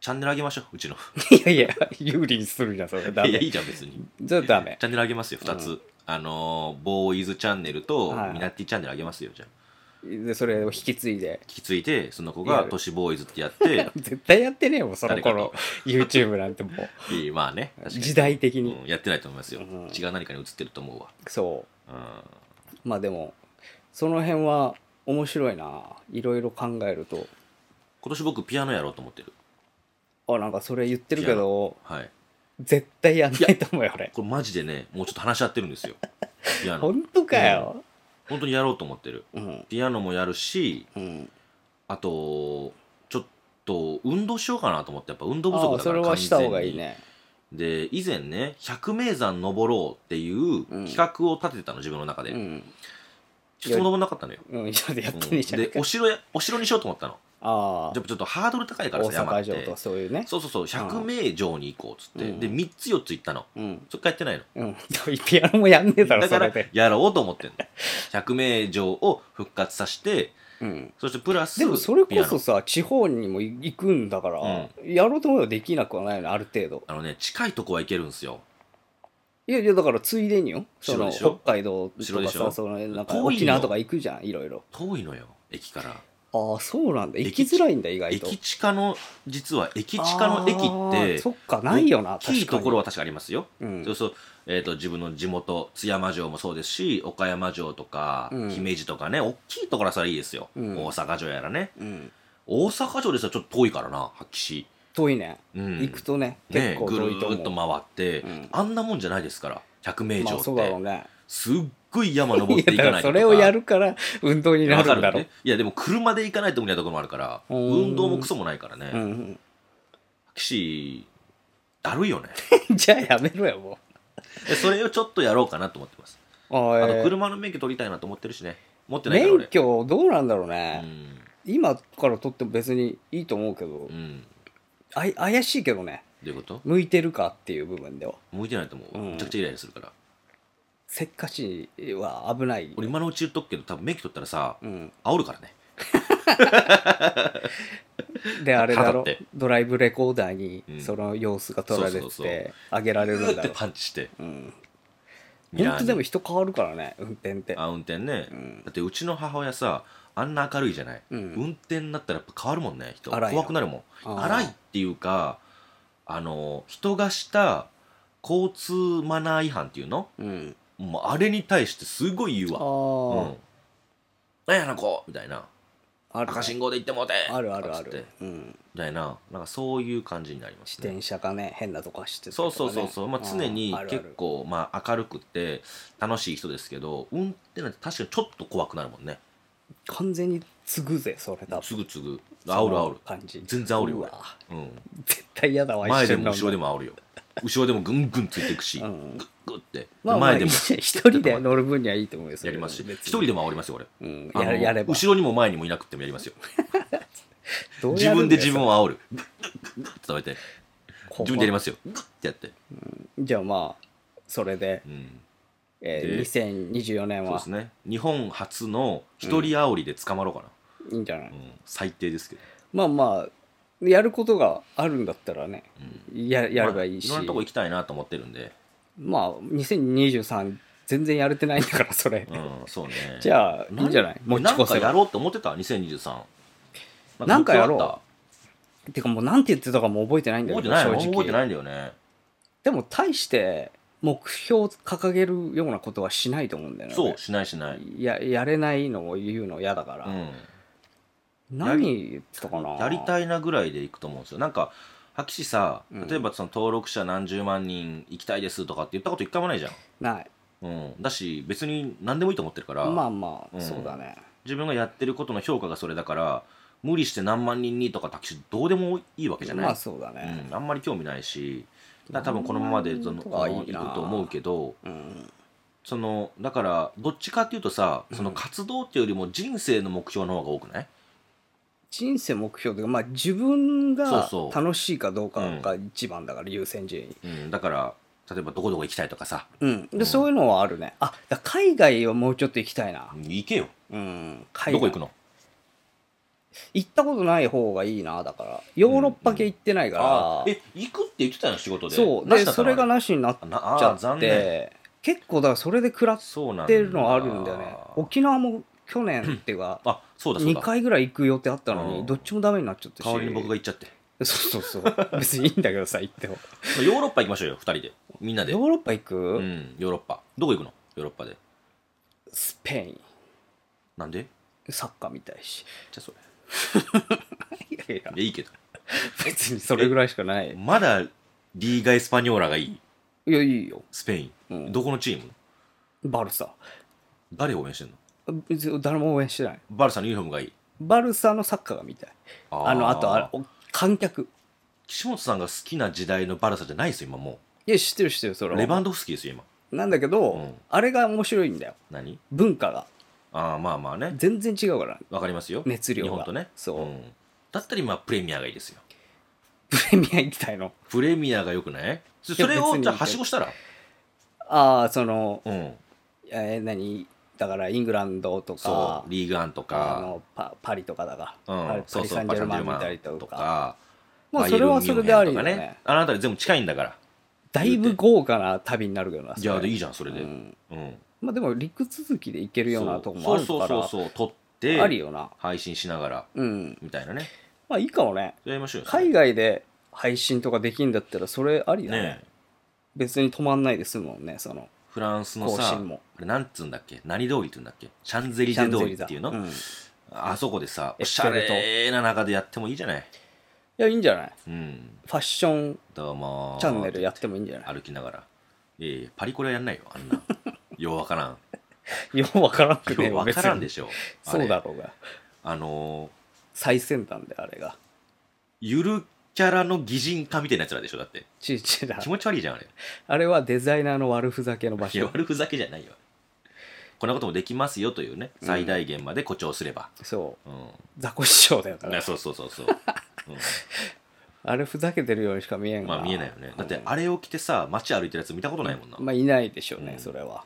Speaker 2: チャンネル上げましょううちの
Speaker 1: いやいや有利にするじゃんそれダ
Speaker 2: いやい
Speaker 1: メ
Speaker 2: いじゃん別に
Speaker 1: それダメ
Speaker 2: チャンネル上げますよ2つ、
Speaker 1: う
Speaker 2: あのボーイズチャンネルと
Speaker 1: はい
Speaker 2: ミナッティチャンネル上げますよじゃあ
Speaker 1: でそれを引き継いで
Speaker 2: 引き継いでその子
Speaker 1: い
Speaker 2: が
Speaker 1: や
Speaker 2: 都市ボーイズってやって
Speaker 1: 絶対やってねえもんその
Speaker 2: 誰か
Speaker 1: 頃
Speaker 2: と
Speaker 1: YouTube なんてもう
Speaker 2: いいまあね確かに
Speaker 1: 時代的に、
Speaker 2: うん、やってないと思います
Speaker 1: う
Speaker 2: よ、
Speaker 1: ん
Speaker 2: 違う何かに映ってると思うわ
Speaker 1: そ
Speaker 2: うん
Speaker 1: うまあでもその辺は面白いないろいろ考えると
Speaker 2: 今年僕ピアノやろうと思ってる
Speaker 1: あなんかそれ言ってるけど
Speaker 2: はい
Speaker 1: 絶対やんないと思うよ俺
Speaker 2: これマジでねもうちょっと話し合ってるんですよピアノ
Speaker 1: 本当かよ、
Speaker 2: 本当にやろうと思ってる
Speaker 1: うん
Speaker 2: ピアノもやるし
Speaker 1: うん、
Speaker 2: あとちょっと運動しようかなと思ってやっぱ運動不
Speaker 1: あ
Speaker 2: 足
Speaker 1: あ
Speaker 2: だ
Speaker 1: そ
Speaker 2: か
Speaker 1: れ
Speaker 2: ら
Speaker 1: はした方が
Speaker 2: 完全に
Speaker 1: いいね
Speaker 2: で以前ね百名山登ろうっていう
Speaker 1: うん
Speaker 2: 企画を立ててたの自分の中で、
Speaker 1: うん、
Speaker 2: ちょっと登んなかったのよ、
Speaker 1: うん、ちょっとやって
Speaker 2: う
Speaker 1: ね
Speaker 2: ん
Speaker 1: えじゃねえ
Speaker 2: で
Speaker 1: か、
Speaker 2: お城やお城にしようと思ったの
Speaker 1: あ
Speaker 2: でもちょっとハードル高い
Speaker 1: あ
Speaker 2: から
Speaker 1: 大
Speaker 2: さ山
Speaker 1: 阪
Speaker 2: って
Speaker 1: 城とかそういうね
Speaker 2: そうそうそう百名城に行こうっつって、
Speaker 1: うん
Speaker 2: で3つ4つ行ったの
Speaker 1: うん
Speaker 2: そっからやってないの
Speaker 1: うん ピアノもやんねえだろ
Speaker 2: だ
Speaker 1: そ
Speaker 2: か
Speaker 1: れ
Speaker 2: ら
Speaker 1: で、
Speaker 2: やろうと思ってんの百名城を復活させて
Speaker 1: うん、
Speaker 2: そしてプラス
Speaker 1: でもそれ
Speaker 2: ピア
Speaker 1: こ
Speaker 2: ノ
Speaker 1: そさ地方にも行くんだから、やろうと思えばできなくはないのある程度
Speaker 2: あのね近いとこは行けるんですよ
Speaker 1: いやいやだからついでによそ
Speaker 2: 後ろ
Speaker 1: の
Speaker 2: でしょ
Speaker 1: 北海道
Speaker 2: 後ろ
Speaker 1: と
Speaker 2: で
Speaker 1: か
Speaker 2: しょ
Speaker 1: さそのなん
Speaker 2: 遠い
Speaker 1: か
Speaker 2: の
Speaker 1: 沖縄とか行くじゃんいろいろ
Speaker 2: 遠いのよ駅から
Speaker 1: ああそうなんだ行
Speaker 2: 駅
Speaker 1: きづらいんだ意外と
Speaker 2: 駅近の実は駅近の駅
Speaker 1: あー
Speaker 2: って
Speaker 1: そっかないよな
Speaker 2: 大きい
Speaker 1: 確か
Speaker 2: と
Speaker 1: に
Speaker 2: ころは確かありますよ、
Speaker 1: うん
Speaker 2: そうそう、えー、と自分の地元津山城もそうですし岡山城とか、
Speaker 1: うん
Speaker 2: 姫路とかね大きいところはそれはいいですよ、
Speaker 1: うん
Speaker 2: 大阪城やらね
Speaker 1: うん
Speaker 2: 大阪城ですらちょっと遠いからな白石、
Speaker 1: 遠いね
Speaker 2: うん、
Speaker 1: 行くとね結
Speaker 2: ね
Speaker 1: 構
Speaker 2: ぐる
Speaker 1: 遠いと
Speaker 2: ーっと
Speaker 1: 思う
Speaker 2: 回って、
Speaker 1: うん
Speaker 2: あんなもんじゃないですから百名
Speaker 1: まあ
Speaker 2: 城って、
Speaker 1: そうだろうね
Speaker 2: すっごい山登
Speaker 1: い
Speaker 2: って
Speaker 1: や
Speaker 2: い
Speaker 1: だ
Speaker 2: か
Speaker 1: か
Speaker 2: な
Speaker 1: ら
Speaker 2: いと
Speaker 1: そ
Speaker 2: と
Speaker 1: れをやるから運動になるんだろ
Speaker 2: わかねいやでも車で行かないと無理なところもあるから
Speaker 1: うーん
Speaker 2: 運動もクソもないからね、
Speaker 1: うんうん
Speaker 2: 白石だるいよね
Speaker 1: じゃあやめろよも
Speaker 2: でそれをちょっとやろうかなと思ってます
Speaker 1: うあ
Speaker 2: あ
Speaker 1: ー
Speaker 2: と
Speaker 1: えー
Speaker 2: 車の免許取りたいなと思ってるしね持ってないから
Speaker 1: 免
Speaker 2: 俺
Speaker 1: 許どうなんだろうね
Speaker 2: うん
Speaker 1: 今から取っても別にいいと思うけど
Speaker 2: うんど
Speaker 1: あい怪しいけどね
Speaker 2: ういうこと
Speaker 1: 向いてるかっていう部分では
Speaker 2: 向いてないと思
Speaker 1: う
Speaker 2: う、
Speaker 1: ん
Speaker 2: めちゃくちゃイライラするから
Speaker 1: せっかちは危ない
Speaker 2: 俺今のうち言っとくけど多分免許取ったらさ
Speaker 1: うん、
Speaker 2: 煽るからね
Speaker 1: であれだ
Speaker 2: 肌
Speaker 1: ろ
Speaker 2: って
Speaker 1: ドライブレコーダーに
Speaker 2: うん
Speaker 1: その様子が撮られ
Speaker 2: そう
Speaker 1: て
Speaker 2: そうそう
Speaker 1: てあげられ
Speaker 2: う
Speaker 1: るん
Speaker 2: ーっ
Speaker 1: だ
Speaker 2: て
Speaker 1: ろ
Speaker 2: パンチして
Speaker 1: う、ん、
Speaker 2: ミラー
Speaker 1: 本当
Speaker 2: に
Speaker 1: でも人変わるからね運転って
Speaker 2: あ運転ね、
Speaker 1: うん
Speaker 2: だってうちの母親さあんな明るいじゃない、
Speaker 1: うん
Speaker 2: 運転になったらやっぱ変わるもんね人
Speaker 1: 荒いよ
Speaker 2: 怖くなるもん
Speaker 1: あー
Speaker 2: 荒いっていうかあの人がした交通マナー違反っていうの
Speaker 1: うん
Speaker 2: もうあれに対してすごい言う
Speaker 1: あ
Speaker 2: わ「う
Speaker 1: ー、
Speaker 2: ん、なんやなこう」みたいな
Speaker 1: ある
Speaker 2: 赤信号で行ってもうて
Speaker 1: あるある
Speaker 2: とか
Speaker 1: あ
Speaker 2: っつっ
Speaker 1: る
Speaker 2: て、
Speaker 1: うん、
Speaker 2: みたいななんかそういう感じになりま
Speaker 1: 自
Speaker 2: すね
Speaker 1: 転車がね変なとこ走ってた
Speaker 2: そ
Speaker 1: り
Speaker 2: う
Speaker 1: とか
Speaker 2: そ
Speaker 1: ね
Speaker 2: うそうそう、まあ、常に
Speaker 1: あるある
Speaker 2: 結構まあ明るくて楽しい人ですけど運転なんて確かにちょっと怖くなるもんね
Speaker 1: 完全に継ぐぜそれ多分
Speaker 2: すぐつぐ煽る
Speaker 1: そ
Speaker 2: 煽る
Speaker 1: の感じ
Speaker 2: 全然煽るよ
Speaker 1: う
Speaker 2: 俺
Speaker 1: わ
Speaker 2: うん
Speaker 1: 絶対嫌だわ
Speaker 2: 前でも
Speaker 1: 一
Speaker 2: 後
Speaker 1: 緒に
Speaker 2: ろでも煽るよ後ろでもぐんぐんついていくし、
Speaker 1: う
Speaker 2: ぐっ
Speaker 1: ん
Speaker 2: ぐって、
Speaker 1: まあまあ
Speaker 2: 前でも
Speaker 1: 一緒一人で乗る分にはいいと思うよそ
Speaker 2: や
Speaker 1: れ
Speaker 2: り
Speaker 1: でも
Speaker 2: ますし
Speaker 1: 別に
Speaker 2: 一人でも煽りますよ俺
Speaker 1: うん
Speaker 2: あ
Speaker 1: や
Speaker 2: の
Speaker 1: れやれば
Speaker 2: 後ろにも前にもいなくてもやりますよ
Speaker 1: どう
Speaker 2: 自
Speaker 1: やる
Speaker 2: 分
Speaker 1: んだ
Speaker 2: で
Speaker 1: よ
Speaker 2: 自分を煽るぐっぐっぐっぐっって止めて
Speaker 1: それ
Speaker 2: 自分でやりますよぐってやって、
Speaker 1: じゃあまあそれで、
Speaker 2: うん、
Speaker 1: え
Speaker 2: で
Speaker 1: ー、2024年
Speaker 2: そうで
Speaker 1: は
Speaker 2: すね日本初の一人煽りで捕まろうかな、
Speaker 1: いいんじゃない、
Speaker 2: うん最低ですけど
Speaker 1: まあまあやることがあるんだったらね、
Speaker 2: う
Speaker 1: ややればいいし、
Speaker 2: まあいろんなとこ行きたいなと思ってるんで、
Speaker 1: まあ、2023全然やれてないんだからそれ、
Speaker 2: うん、そうね。
Speaker 1: じゃあいいんじゃない持ち越せ
Speaker 2: なんかや
Speaker 1: ば
Speaker 2: ろうって思ってた ?2023。
Speaker 1: なんかやろう
Speaker 2: 目標あ
Speaker 1: てかもうなんて言ってたかも覚えてないん
Speaker 2: っ
Speaker 1: だ
Speaker 2: た
Speaker 1: け
Speaker 2: 覚えて
Speaker 1: ど
Speaker 2: ない
Speaker 1: 正直
Speaker 2: の覚えてないんだよね。
Speaker 1: でも大して目標を掲げるようなことはしないと思うんだよね
Speaker 2: そう、しないしない。
Speaker 1: 俺ややれないのを言うの嫌だから、
Speaker 2: うん。
Speaker 1: 何言ってたかな
Speaker 2: やりたいなぐらいでいくと思うんですよ。なんか、博士さ、
Speaker 1: うん
Speaker 2: 例えばその登録者何十万人行きたいですとかって言ったこと一回もないじゃん。
Speaker 1: ない
Speaker 2: うん。だし、別に何でもいいと思ってるから、
Speaker 1: まあまあ、
Speaker 2: うん
Speaker 1: そうだね
Speaker 2: 自分がやってることの評価がそれだから、無理して何万人にとかタクシーどうでもいいわけじゃない。
Speaker 1: まあそうだね、
Speaker 2: うん、あんまり興味ないし、だから多分このままでその
Speaker 1: 何万人とかはいいな
Speaker 2: あのくと思うけど、
Speaker 1: うん
Speaker 2: そのだからどっちかっていうとさその活動っていうよりも人生の目標の方が多くない、
Speaker 1: 人生目標というか、まあ、自分が
Speaker 2: そうそう
Speaker 1: 楽しいかどうかが一番だから優先順位、
Speaker 2: うんだから例えばどこどこ行きたいとかさ
Speaker 1: うん
Speaker 2: う
Speaker 1: で
Speaker 2: ん
Speaker 1: そういうのはあるねあだから海外はもうちょっと行きたいな、
Speaker 2: 行けよ
Speaker 1: うん、海外
Speaker 2: どこ行くの
Speaker 1: 行ったことない方がいいなだからヨーロッパ系行ってないから、
Speaker 2: あーえ行くって言ってたの仕事で
Speaker 1: そう
Speaker 2: なし
Speaker 1: で
Speaker 2: だった
Speaker 1: そ
Speaker 2: の
Speaker 1: れがなしになっ
Speaker 2: あ
Speaker 1: ち
Speaker 2: なあー
Speaker 1: ゃっ
Speaker 2: 残念
Speaker 1: て結構だからそれで食らっ
Speaker 2: そうなんだ
Speaker 1: てるのはあるんだよね沖縄も去年っていうか
Speaker 2: あそうだそう
Speaker 1: 2
Speaker 2: だ
Speaker 1: 回ぐらい行く予定あったの
Speaker 2: うん
Speaker 1: にどっちもダメになっちゃったし
Speaker 2: 代わりに僕が行っちゃって
Speaker 1: そうそうそう 別にいいんだけどさ行っても
Speaker 2: まあヨーロッパ行きましょうよ2人でみんなで
Speaker 1: ヨーロッパ行く、
Speaker 2: うんヨーロッパどこ行くのヨーロッパで
Speaker 1: スペイン
Speaker 2: なんで
Speaker 1: サッカーみたいし
Speaker 2: じゃあそれ
Speaker 1: いやいや
Speaker 2: でいいけど
Speaker 1: 別にそれぐらいしかない
Speaker 2: まだリーガ・エスパニョーラがいい
Speaker 1: いやいいよ、
Speaker 2: スペイン、
Speaker 1: うん、
Speaker 2: どこのチーム
Speaker 1: バルサ
Speaker 2: 誰を応援してんの
Speaker 1: 別に誰も応援してない
Speaker 2: バルサのユニフォームがいい
Speaker 1: バルサのサッカーが見たい
Speaker 2: あー
Speaker 1: あのあとあれお観客
Speaker 2: 岸本さんが好きな時代のバルサじゃないですよ今も
Speaker 1: いや知ってる知ってるそうれ
Speaker 2: レバ
Speaker 1: は
Speaker 2: ンドフスキーですよ今
Speaker 1: なんだけど、
Speaker 2: うん
Speaker 1: あれが面白いんだよ
Speaker 2: 何
Speaker 1: 文化が
Speaker 2: ああまあまあね
Speaker 1: 全然違うから
Speaker 2: わかりますよ
Speaker 1: 熱量が
Speaker 2: 日本とね
Speaker 1: そうん
Speaker 2: だったら今プレミアがいいですよ
Speaker 1: プレミア行きたいの
Speaker 2: プレミアがよくないそ
Speaker 1: いや
Speaker 2: それ
Speaker 1: 別
Speaker 2: を
Speaker 1: に
Speaker 2: じゃあはしごしたら
Speaker 1: ああその、
Speaker 2: うん
Speaker 1: えー何だからイングランドと
Speaker 2: そ
Speaker 1: か
Speaker 2: うリーグアンと
Speaker 1: あ
Speaker 2: か
Speaker 1: のパパリとかだが、
Speaker 2: うん
Speaker 1: パリパリ・サンジェルマン見たりとかま
Speaker 2: ま
Speaker 1: あ
Speaker 2: あ
Speaker 1: それはそれでありだね
Speaker 2: あなたり全部近いんだから
Speaker 1: だいぶ豪華な旅になるけどな
Speaker 2: じゃあでいい
Speaker 1: じ
Speaker 2: じゃんそれで
Speaker 1: うん
Speaker 2: うん
Speaker 1: まあでも陸続きで行けるようなとこもあるか
Speaker 2: そうそう
Speaker 1: ら
Speaker 2: そうそう撮って
Speaker 1: ありよな
Speaker 2: 配信しながら
Speaker 1: うん
Speaker 2: みたいなね
Speaker 1: まあいいかもね
Speaker 2: やりましょうよ
Speaker 1: 海外で配信とかできんだったらそれありだね
Speaker 2: ねえ
Speaker 1: 別に止まんないですもんねその
Speaker 2: フランスの
Speaker 1: 更
Speaker 2: さ
Speaker 1: 新も
Speaker 2: あれなんつうんだっけ何通りって言うんだっけシャンゼリ
Speaker 1: シャ
Speaker 2: ゼ
Speaker 1: ン
Speaker 2: 通
Speaker 1: ゼ
Speaker 2: り
Speaker 1: リ
Speaker 2: っ
Speaker 1: だ
Speaker 2: ていうの、
Speaker 1: うんい
Speaker 2: あそこでさ
Speaker 1: エッ
Speaker 2: おし
Speaker 1: フ
Speaker 2: ゃ
Speaker 1: ェル塔
Speaker 2: れな中でやってもいいじゃない
Speaker 1: やいいんじゃない
Speaker 2: うん
Speaker 1: ファッション
Speaker 2: どうもー
Speaker 1: チャンネルやってもいいんじゃない
Speaker 2: 歩きながらいやいやパリコレはやんないよあ んなようわからん
Speaker 1: ようわからんくね
Speaker 2: ようわからんで
Speaker 1: し
Speaker 2: しょあれ
Speaker 1: そうだろうが
Speaker 2: あのー
Speaker 1: 最先端であれが
Speaker 2: ゆるキャラの擬人化みたいなやつらでしょだって
Speaker 1: ちいちだ
Speaker 2: 気持ち悪いじゃんあれ
Speaker 1: あれはデザイナーの悪ふざけの場
Speaker 2: い
Speaker 1: 所
Speaker 2: や悪ふざけじゃないよこんなこともできますよというね
Speaker 1: うん
Speaker 2: 最大限まで誇張すれば、
Speaker 1: そ
Speaker 2: うん
Speaker 1: うザコシショウだよだか
Speaker 2: いや
Speaker 1: ら
Speaker 2: そうそうそ うそう、
Speaker 1: あれふざけてるようにしか見え
Speaker 2: うんん
Speaker 1: が
Speaker 2: まあ見えないよねだってあれを着てさ街歩いてるやつ見たことないもんな、
Speaker 1: まあいないでしょうね、
Speaker 2: うん
Speaker 1: それは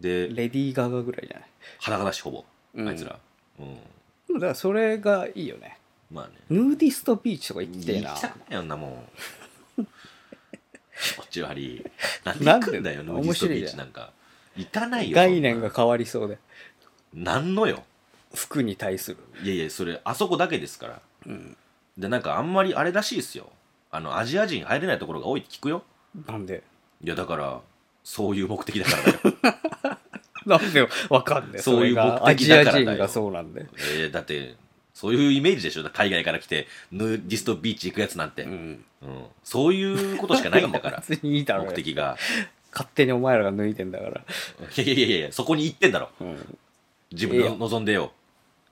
Speaker 2: で
Speaker 1: レディー・ガガぐらいじゃない
Speaker 2: 裸だしほぼ
Speaker 1: うん
Speaker 2: あいつら、うん、
Speaker 1: でもだからそれがいいよね
Speaker 2: まあね
Speaker 1: ヌーディストビーチとか行きてえ
Speaker 2: 行
Speaker 1: な
Speaker 2: きたくないよんなも ん気持ち悪いなんで
Speaker 1: な
Speaker 2: 行
Speaker 1: んで
Speaker 2: くんだよノーディ
Speaker 1: 面
Speaker 2: スト
Speaker 1: 白
Speaker 2: ビ
Speaker 1: いじ
Speaker 2: ー
Speaker 1: ゃん
Speaker 2: チなんか行かないよ
Speaker 1: 概念
Speaker 2: そん
Speaker 1: が変わりそうで
Speaker 2: ななんのよ
Speaker 1: 服に対する
Speaker 2: いやいやそれあそこだけですから
Speaker 1: うん
Speaker 2: でなんかあんまりあれらしいですよあのアジア人入れないところが多いって聞くよ
Speaker 1: なんで
Speaker 2: いやだからそういう目的だから
Speaker 1: な
Speaker 2: だよ
Speaker 1: んでわかんない
Speaker 2: そうい
Speaker 1: れ
Speaker 2: う
Speaker 1: が
Speaker 2: 目的だから
Speaker 1: ア
Speaker 2: だ
Speaker 1: ジ
Speaker 2: よ
Speaker 1: ア人がそうなんで
Speaker 2: えーだってそういうイメージでしょ海外から来てヌーディストビーチ行くやつなんて、
Speaker 1: うん
Speaker 2: うんそういうことしかないんだ から
Speaker 1: 別にいいだろう
Speaker 2: 目
Speaker 1: よ
Speaker 2: 的が
Speaker 1: 勝手にお前らが脱いでんだから、
Speaker 2: いやいやいやいやそこに行ってんだろ
Speaker 1: うん、
Speaker 2: 自分
Speaker 1: いや
Speaker 2: の望んでよ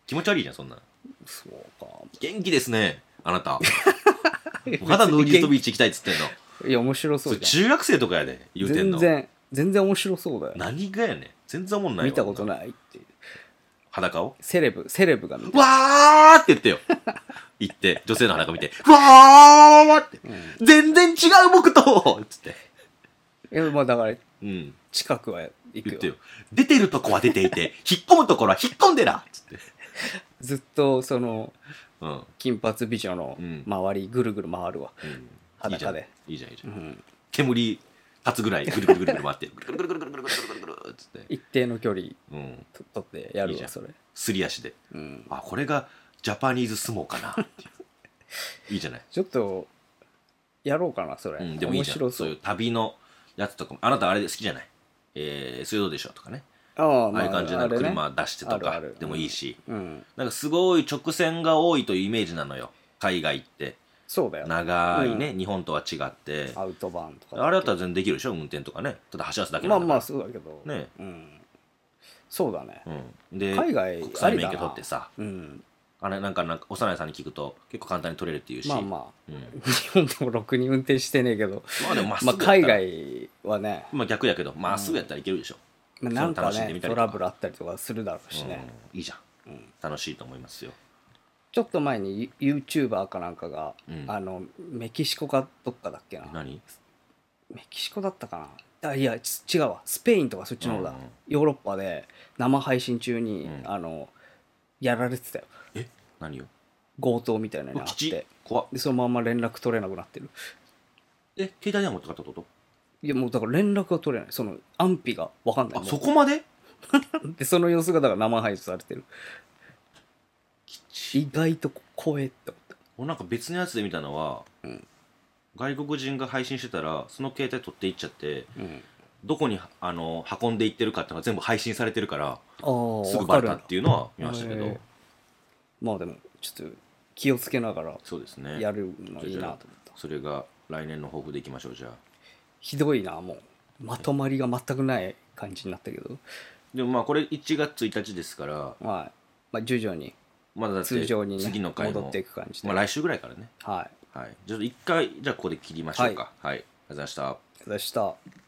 Speaker 2: 気持ち悪いじゃんそんな
Speaker 1: そうか
Speaker 2: 元気ですねあ なたまだヌーディストビーチ行きたいっつってんの
Speaker 1: いや面白そ
Speaker 2: そ
Speaker 1: う
Speaker 2: れ
Speaker 1: じ
Speaker 2: 中学生とかやで
Speaker 1: ゃ
Speaker 2: 言
Speaker 1: ん
Speaker 2: うてん
Speaker 1: 全
Speaker 2: の
Speaker 1: 然全然面白そうだよ
Speaker 2: 何がやねん全然おもんないわ
Speaker 1: 見たことないっていう
Speaker 2: 裸を
Speaker 1: セレブセレブが見た、
Speaker 2: わーって言ってよ。言って、女性の裸見て、わーって、
Speaker 1: うん、い
Speaker 2: 全然違う僕とつって。
Speaker 1: やまあだから
Speaker 2: うん。
Speaker 1: 近くは行く
Speaker 2: 言
Speaker 1: よ
Speaker 2: ってよ。出てるとこは出ていて、引っ込むところは引っ込んでなつって。
Speaker 1: ずっとその
Speaker 2: うん。
Speaker 1: 金髪美女の
Speaker 2: うん
Speaker 1: 周りぐるぐる回るわ
Speaker 2: うん
Speaker 1: 裸で。
Speaker 2: いいじゃん、いいじゃん。いいじゃ
Speaker 1: う
Speaker 2: ん
Speaker 1: ん
Speaker 2: 煙立つぐらい、ぐるぐるぐるぐる回って、ぐるぐるぐるぐるぐるぐるぐるぐるぐるっつって。
Speaker 1: 一定の距離
Speaker 2: うん。
Speaker 1: と取ってや
Speaker 2: いい
Speaker 1: る
Speaker 2: じゃん
Speaker 1: わそれ
Speaker 2: すり足で。
Speaker 1: うん
Speaker 2: あ、これがジャパニーズ相撲かなっていう。いいじゃない。
Speaker 1: ちょっとやろうかなそれ、
Speaker 2: うん、でもいいじゃん。
Speaker 1: 面白
Speaker 2: そ
Speaker 1: そう
Speaker 2: いうう旅のやつとかも、あなたあれ好きじゃないえー、それどうでしょうとかね。
Speaker 1: ああ
Speaker 2: ああいう感じの
Speaker 1: れね
Speaker 2: 車出してと
Speaker 1: あ
Speaker 2: か
Speaker 1: るある
Speaker 2: でもいいし、
Speaker 1: うん
Speaker 2: なんかすごい直線が多いというイメージなのよ。海外って。
Speaker 1: そうだよね
Speaker 2: 長いね、日本とは違って。
Speaker 1: アウトバーンとか
Speaker 2: あれだったら全然できるでしょ運転とかね。ただ走らすだけ
Speaker 1: ま
Speaker 2: な
Speaker 1: あ
Speaker 2: んだ
Speaker 1: まあ
Speaker 2: か
Speaker 1: そうだけど
Speaker 2: ね
Speaker 1: うんそうだね
Speaker 2: ら。うん。で、
Speaker 1: 海外
Speaker 2: 国
Speaker 1: あ
Speaker 2: 際
Speaker 1: りだな
Speaker 2: 免許取ってさ、
Speaker 1: うん
Speaker 2: あれなんか、なんか、幼いさんに聞くと結構簡単に取れるっていうし。
Speaker 1: まあま
Speaker 2: うん
Speaker 1: あ日本でもろくに運転してねえけど
Speaker 2: まあでもまっすぐ
Speaker 1: まあ
Speaker 2: やったら
Speaker 1: 海外はね
Speaker 2: まあ逆やけど、まっすぐやったらいけるでしょ。
Speaker 1: まあなんか
Speaker 2: その楽しんで
Speaker 1: ね
Speaker 2: みたり
Speaker 1: ト
Speaker 2: とか
Speaker 1: ラブルあったりとかするだろうしね
Speaker 2: うんいいじゃん。
Speaker 1: うん
Speaker 2: 楽しいと思いますよ。
Speaker 1: ちょっと前に YouTuber かなんかが
Speaker 2: うん
Speaker 1: あのメキシコかどっかだっけな
Speaker 2: 何
Speaker 1: メキシコだったかなあいやち違うわスペインとかそっちの方だ、
Speaker 2: うんうん
Speaker 1: ヨーロッパで生配信中に、
Speaker 2: うん
Speaker 1: あのやられてたよ
Speaker 2: え何よ
Speaker 1: 強盗みたいなの
Speaker 2: う
Speaker 1: があ
Speaker 2: き
Speaker 1: っ
Speaker 2: ち
Speaker 1: て
Speaker 2: 怖っ
Speaker 1: でそのまんま連絡取れなくなってる
Speaker 2: え携帯電話持ってかったってこ
Speaker 1: いやもうだから連絡が取れないその安否が分かんない
Speaker 2: とあ
Speaker 1: もう
Speaker 2: そこまで
Speaker 1: でその様子がだから生配信されてる意外と怖えって思っ
Speaker 2: 俺なんか別のやつで見たのは、
Speaker 1: うん
Speaker 2: 外国人が配信してたらその携帯取っていっちゃって
Speaker 1: た、うん、
Speaker 2: どこにあの運んでいってるかってのが全部配信されてるから
Speaker 1: ああ
Speaker 2: す
Speaker 1: 分
Speaker 2: ぐ
Speaker 1: か
Speaker 2: バレ
Speaker 1: る
Speaker 2: た
Speaker 1: な
Speaker 2: っていうのは見ましたけど、
Speaker 1: へえまあでもちょっと気をつけながら
Speaker 2: そうですね
Speaker 1: やるのいいなと思った
Speaker 2: それが来年の抱負でいきましょうじゃあ
Speaker 1: ひどいなもうまとまりが全くない感じになったけど
Speaker 2: でもまあこれ1月1日ですから
Speaker 1: はい。まあ、徐々に
Speaker 2: まだだって
Speaker 1: 通常に、ね、
Speaker 2: 次の回
Speaker 1: 戻
Speaker 2: も
Speaker 1: っていく感じで。
Speaker 2: まあ、来週ぐらいからね
Speaker 1: はい。ありがとう
Speaker 2: はいじゃあ一回じゃあここで切りましょうかはい、ありがとうございました
Speaker 1: ございました。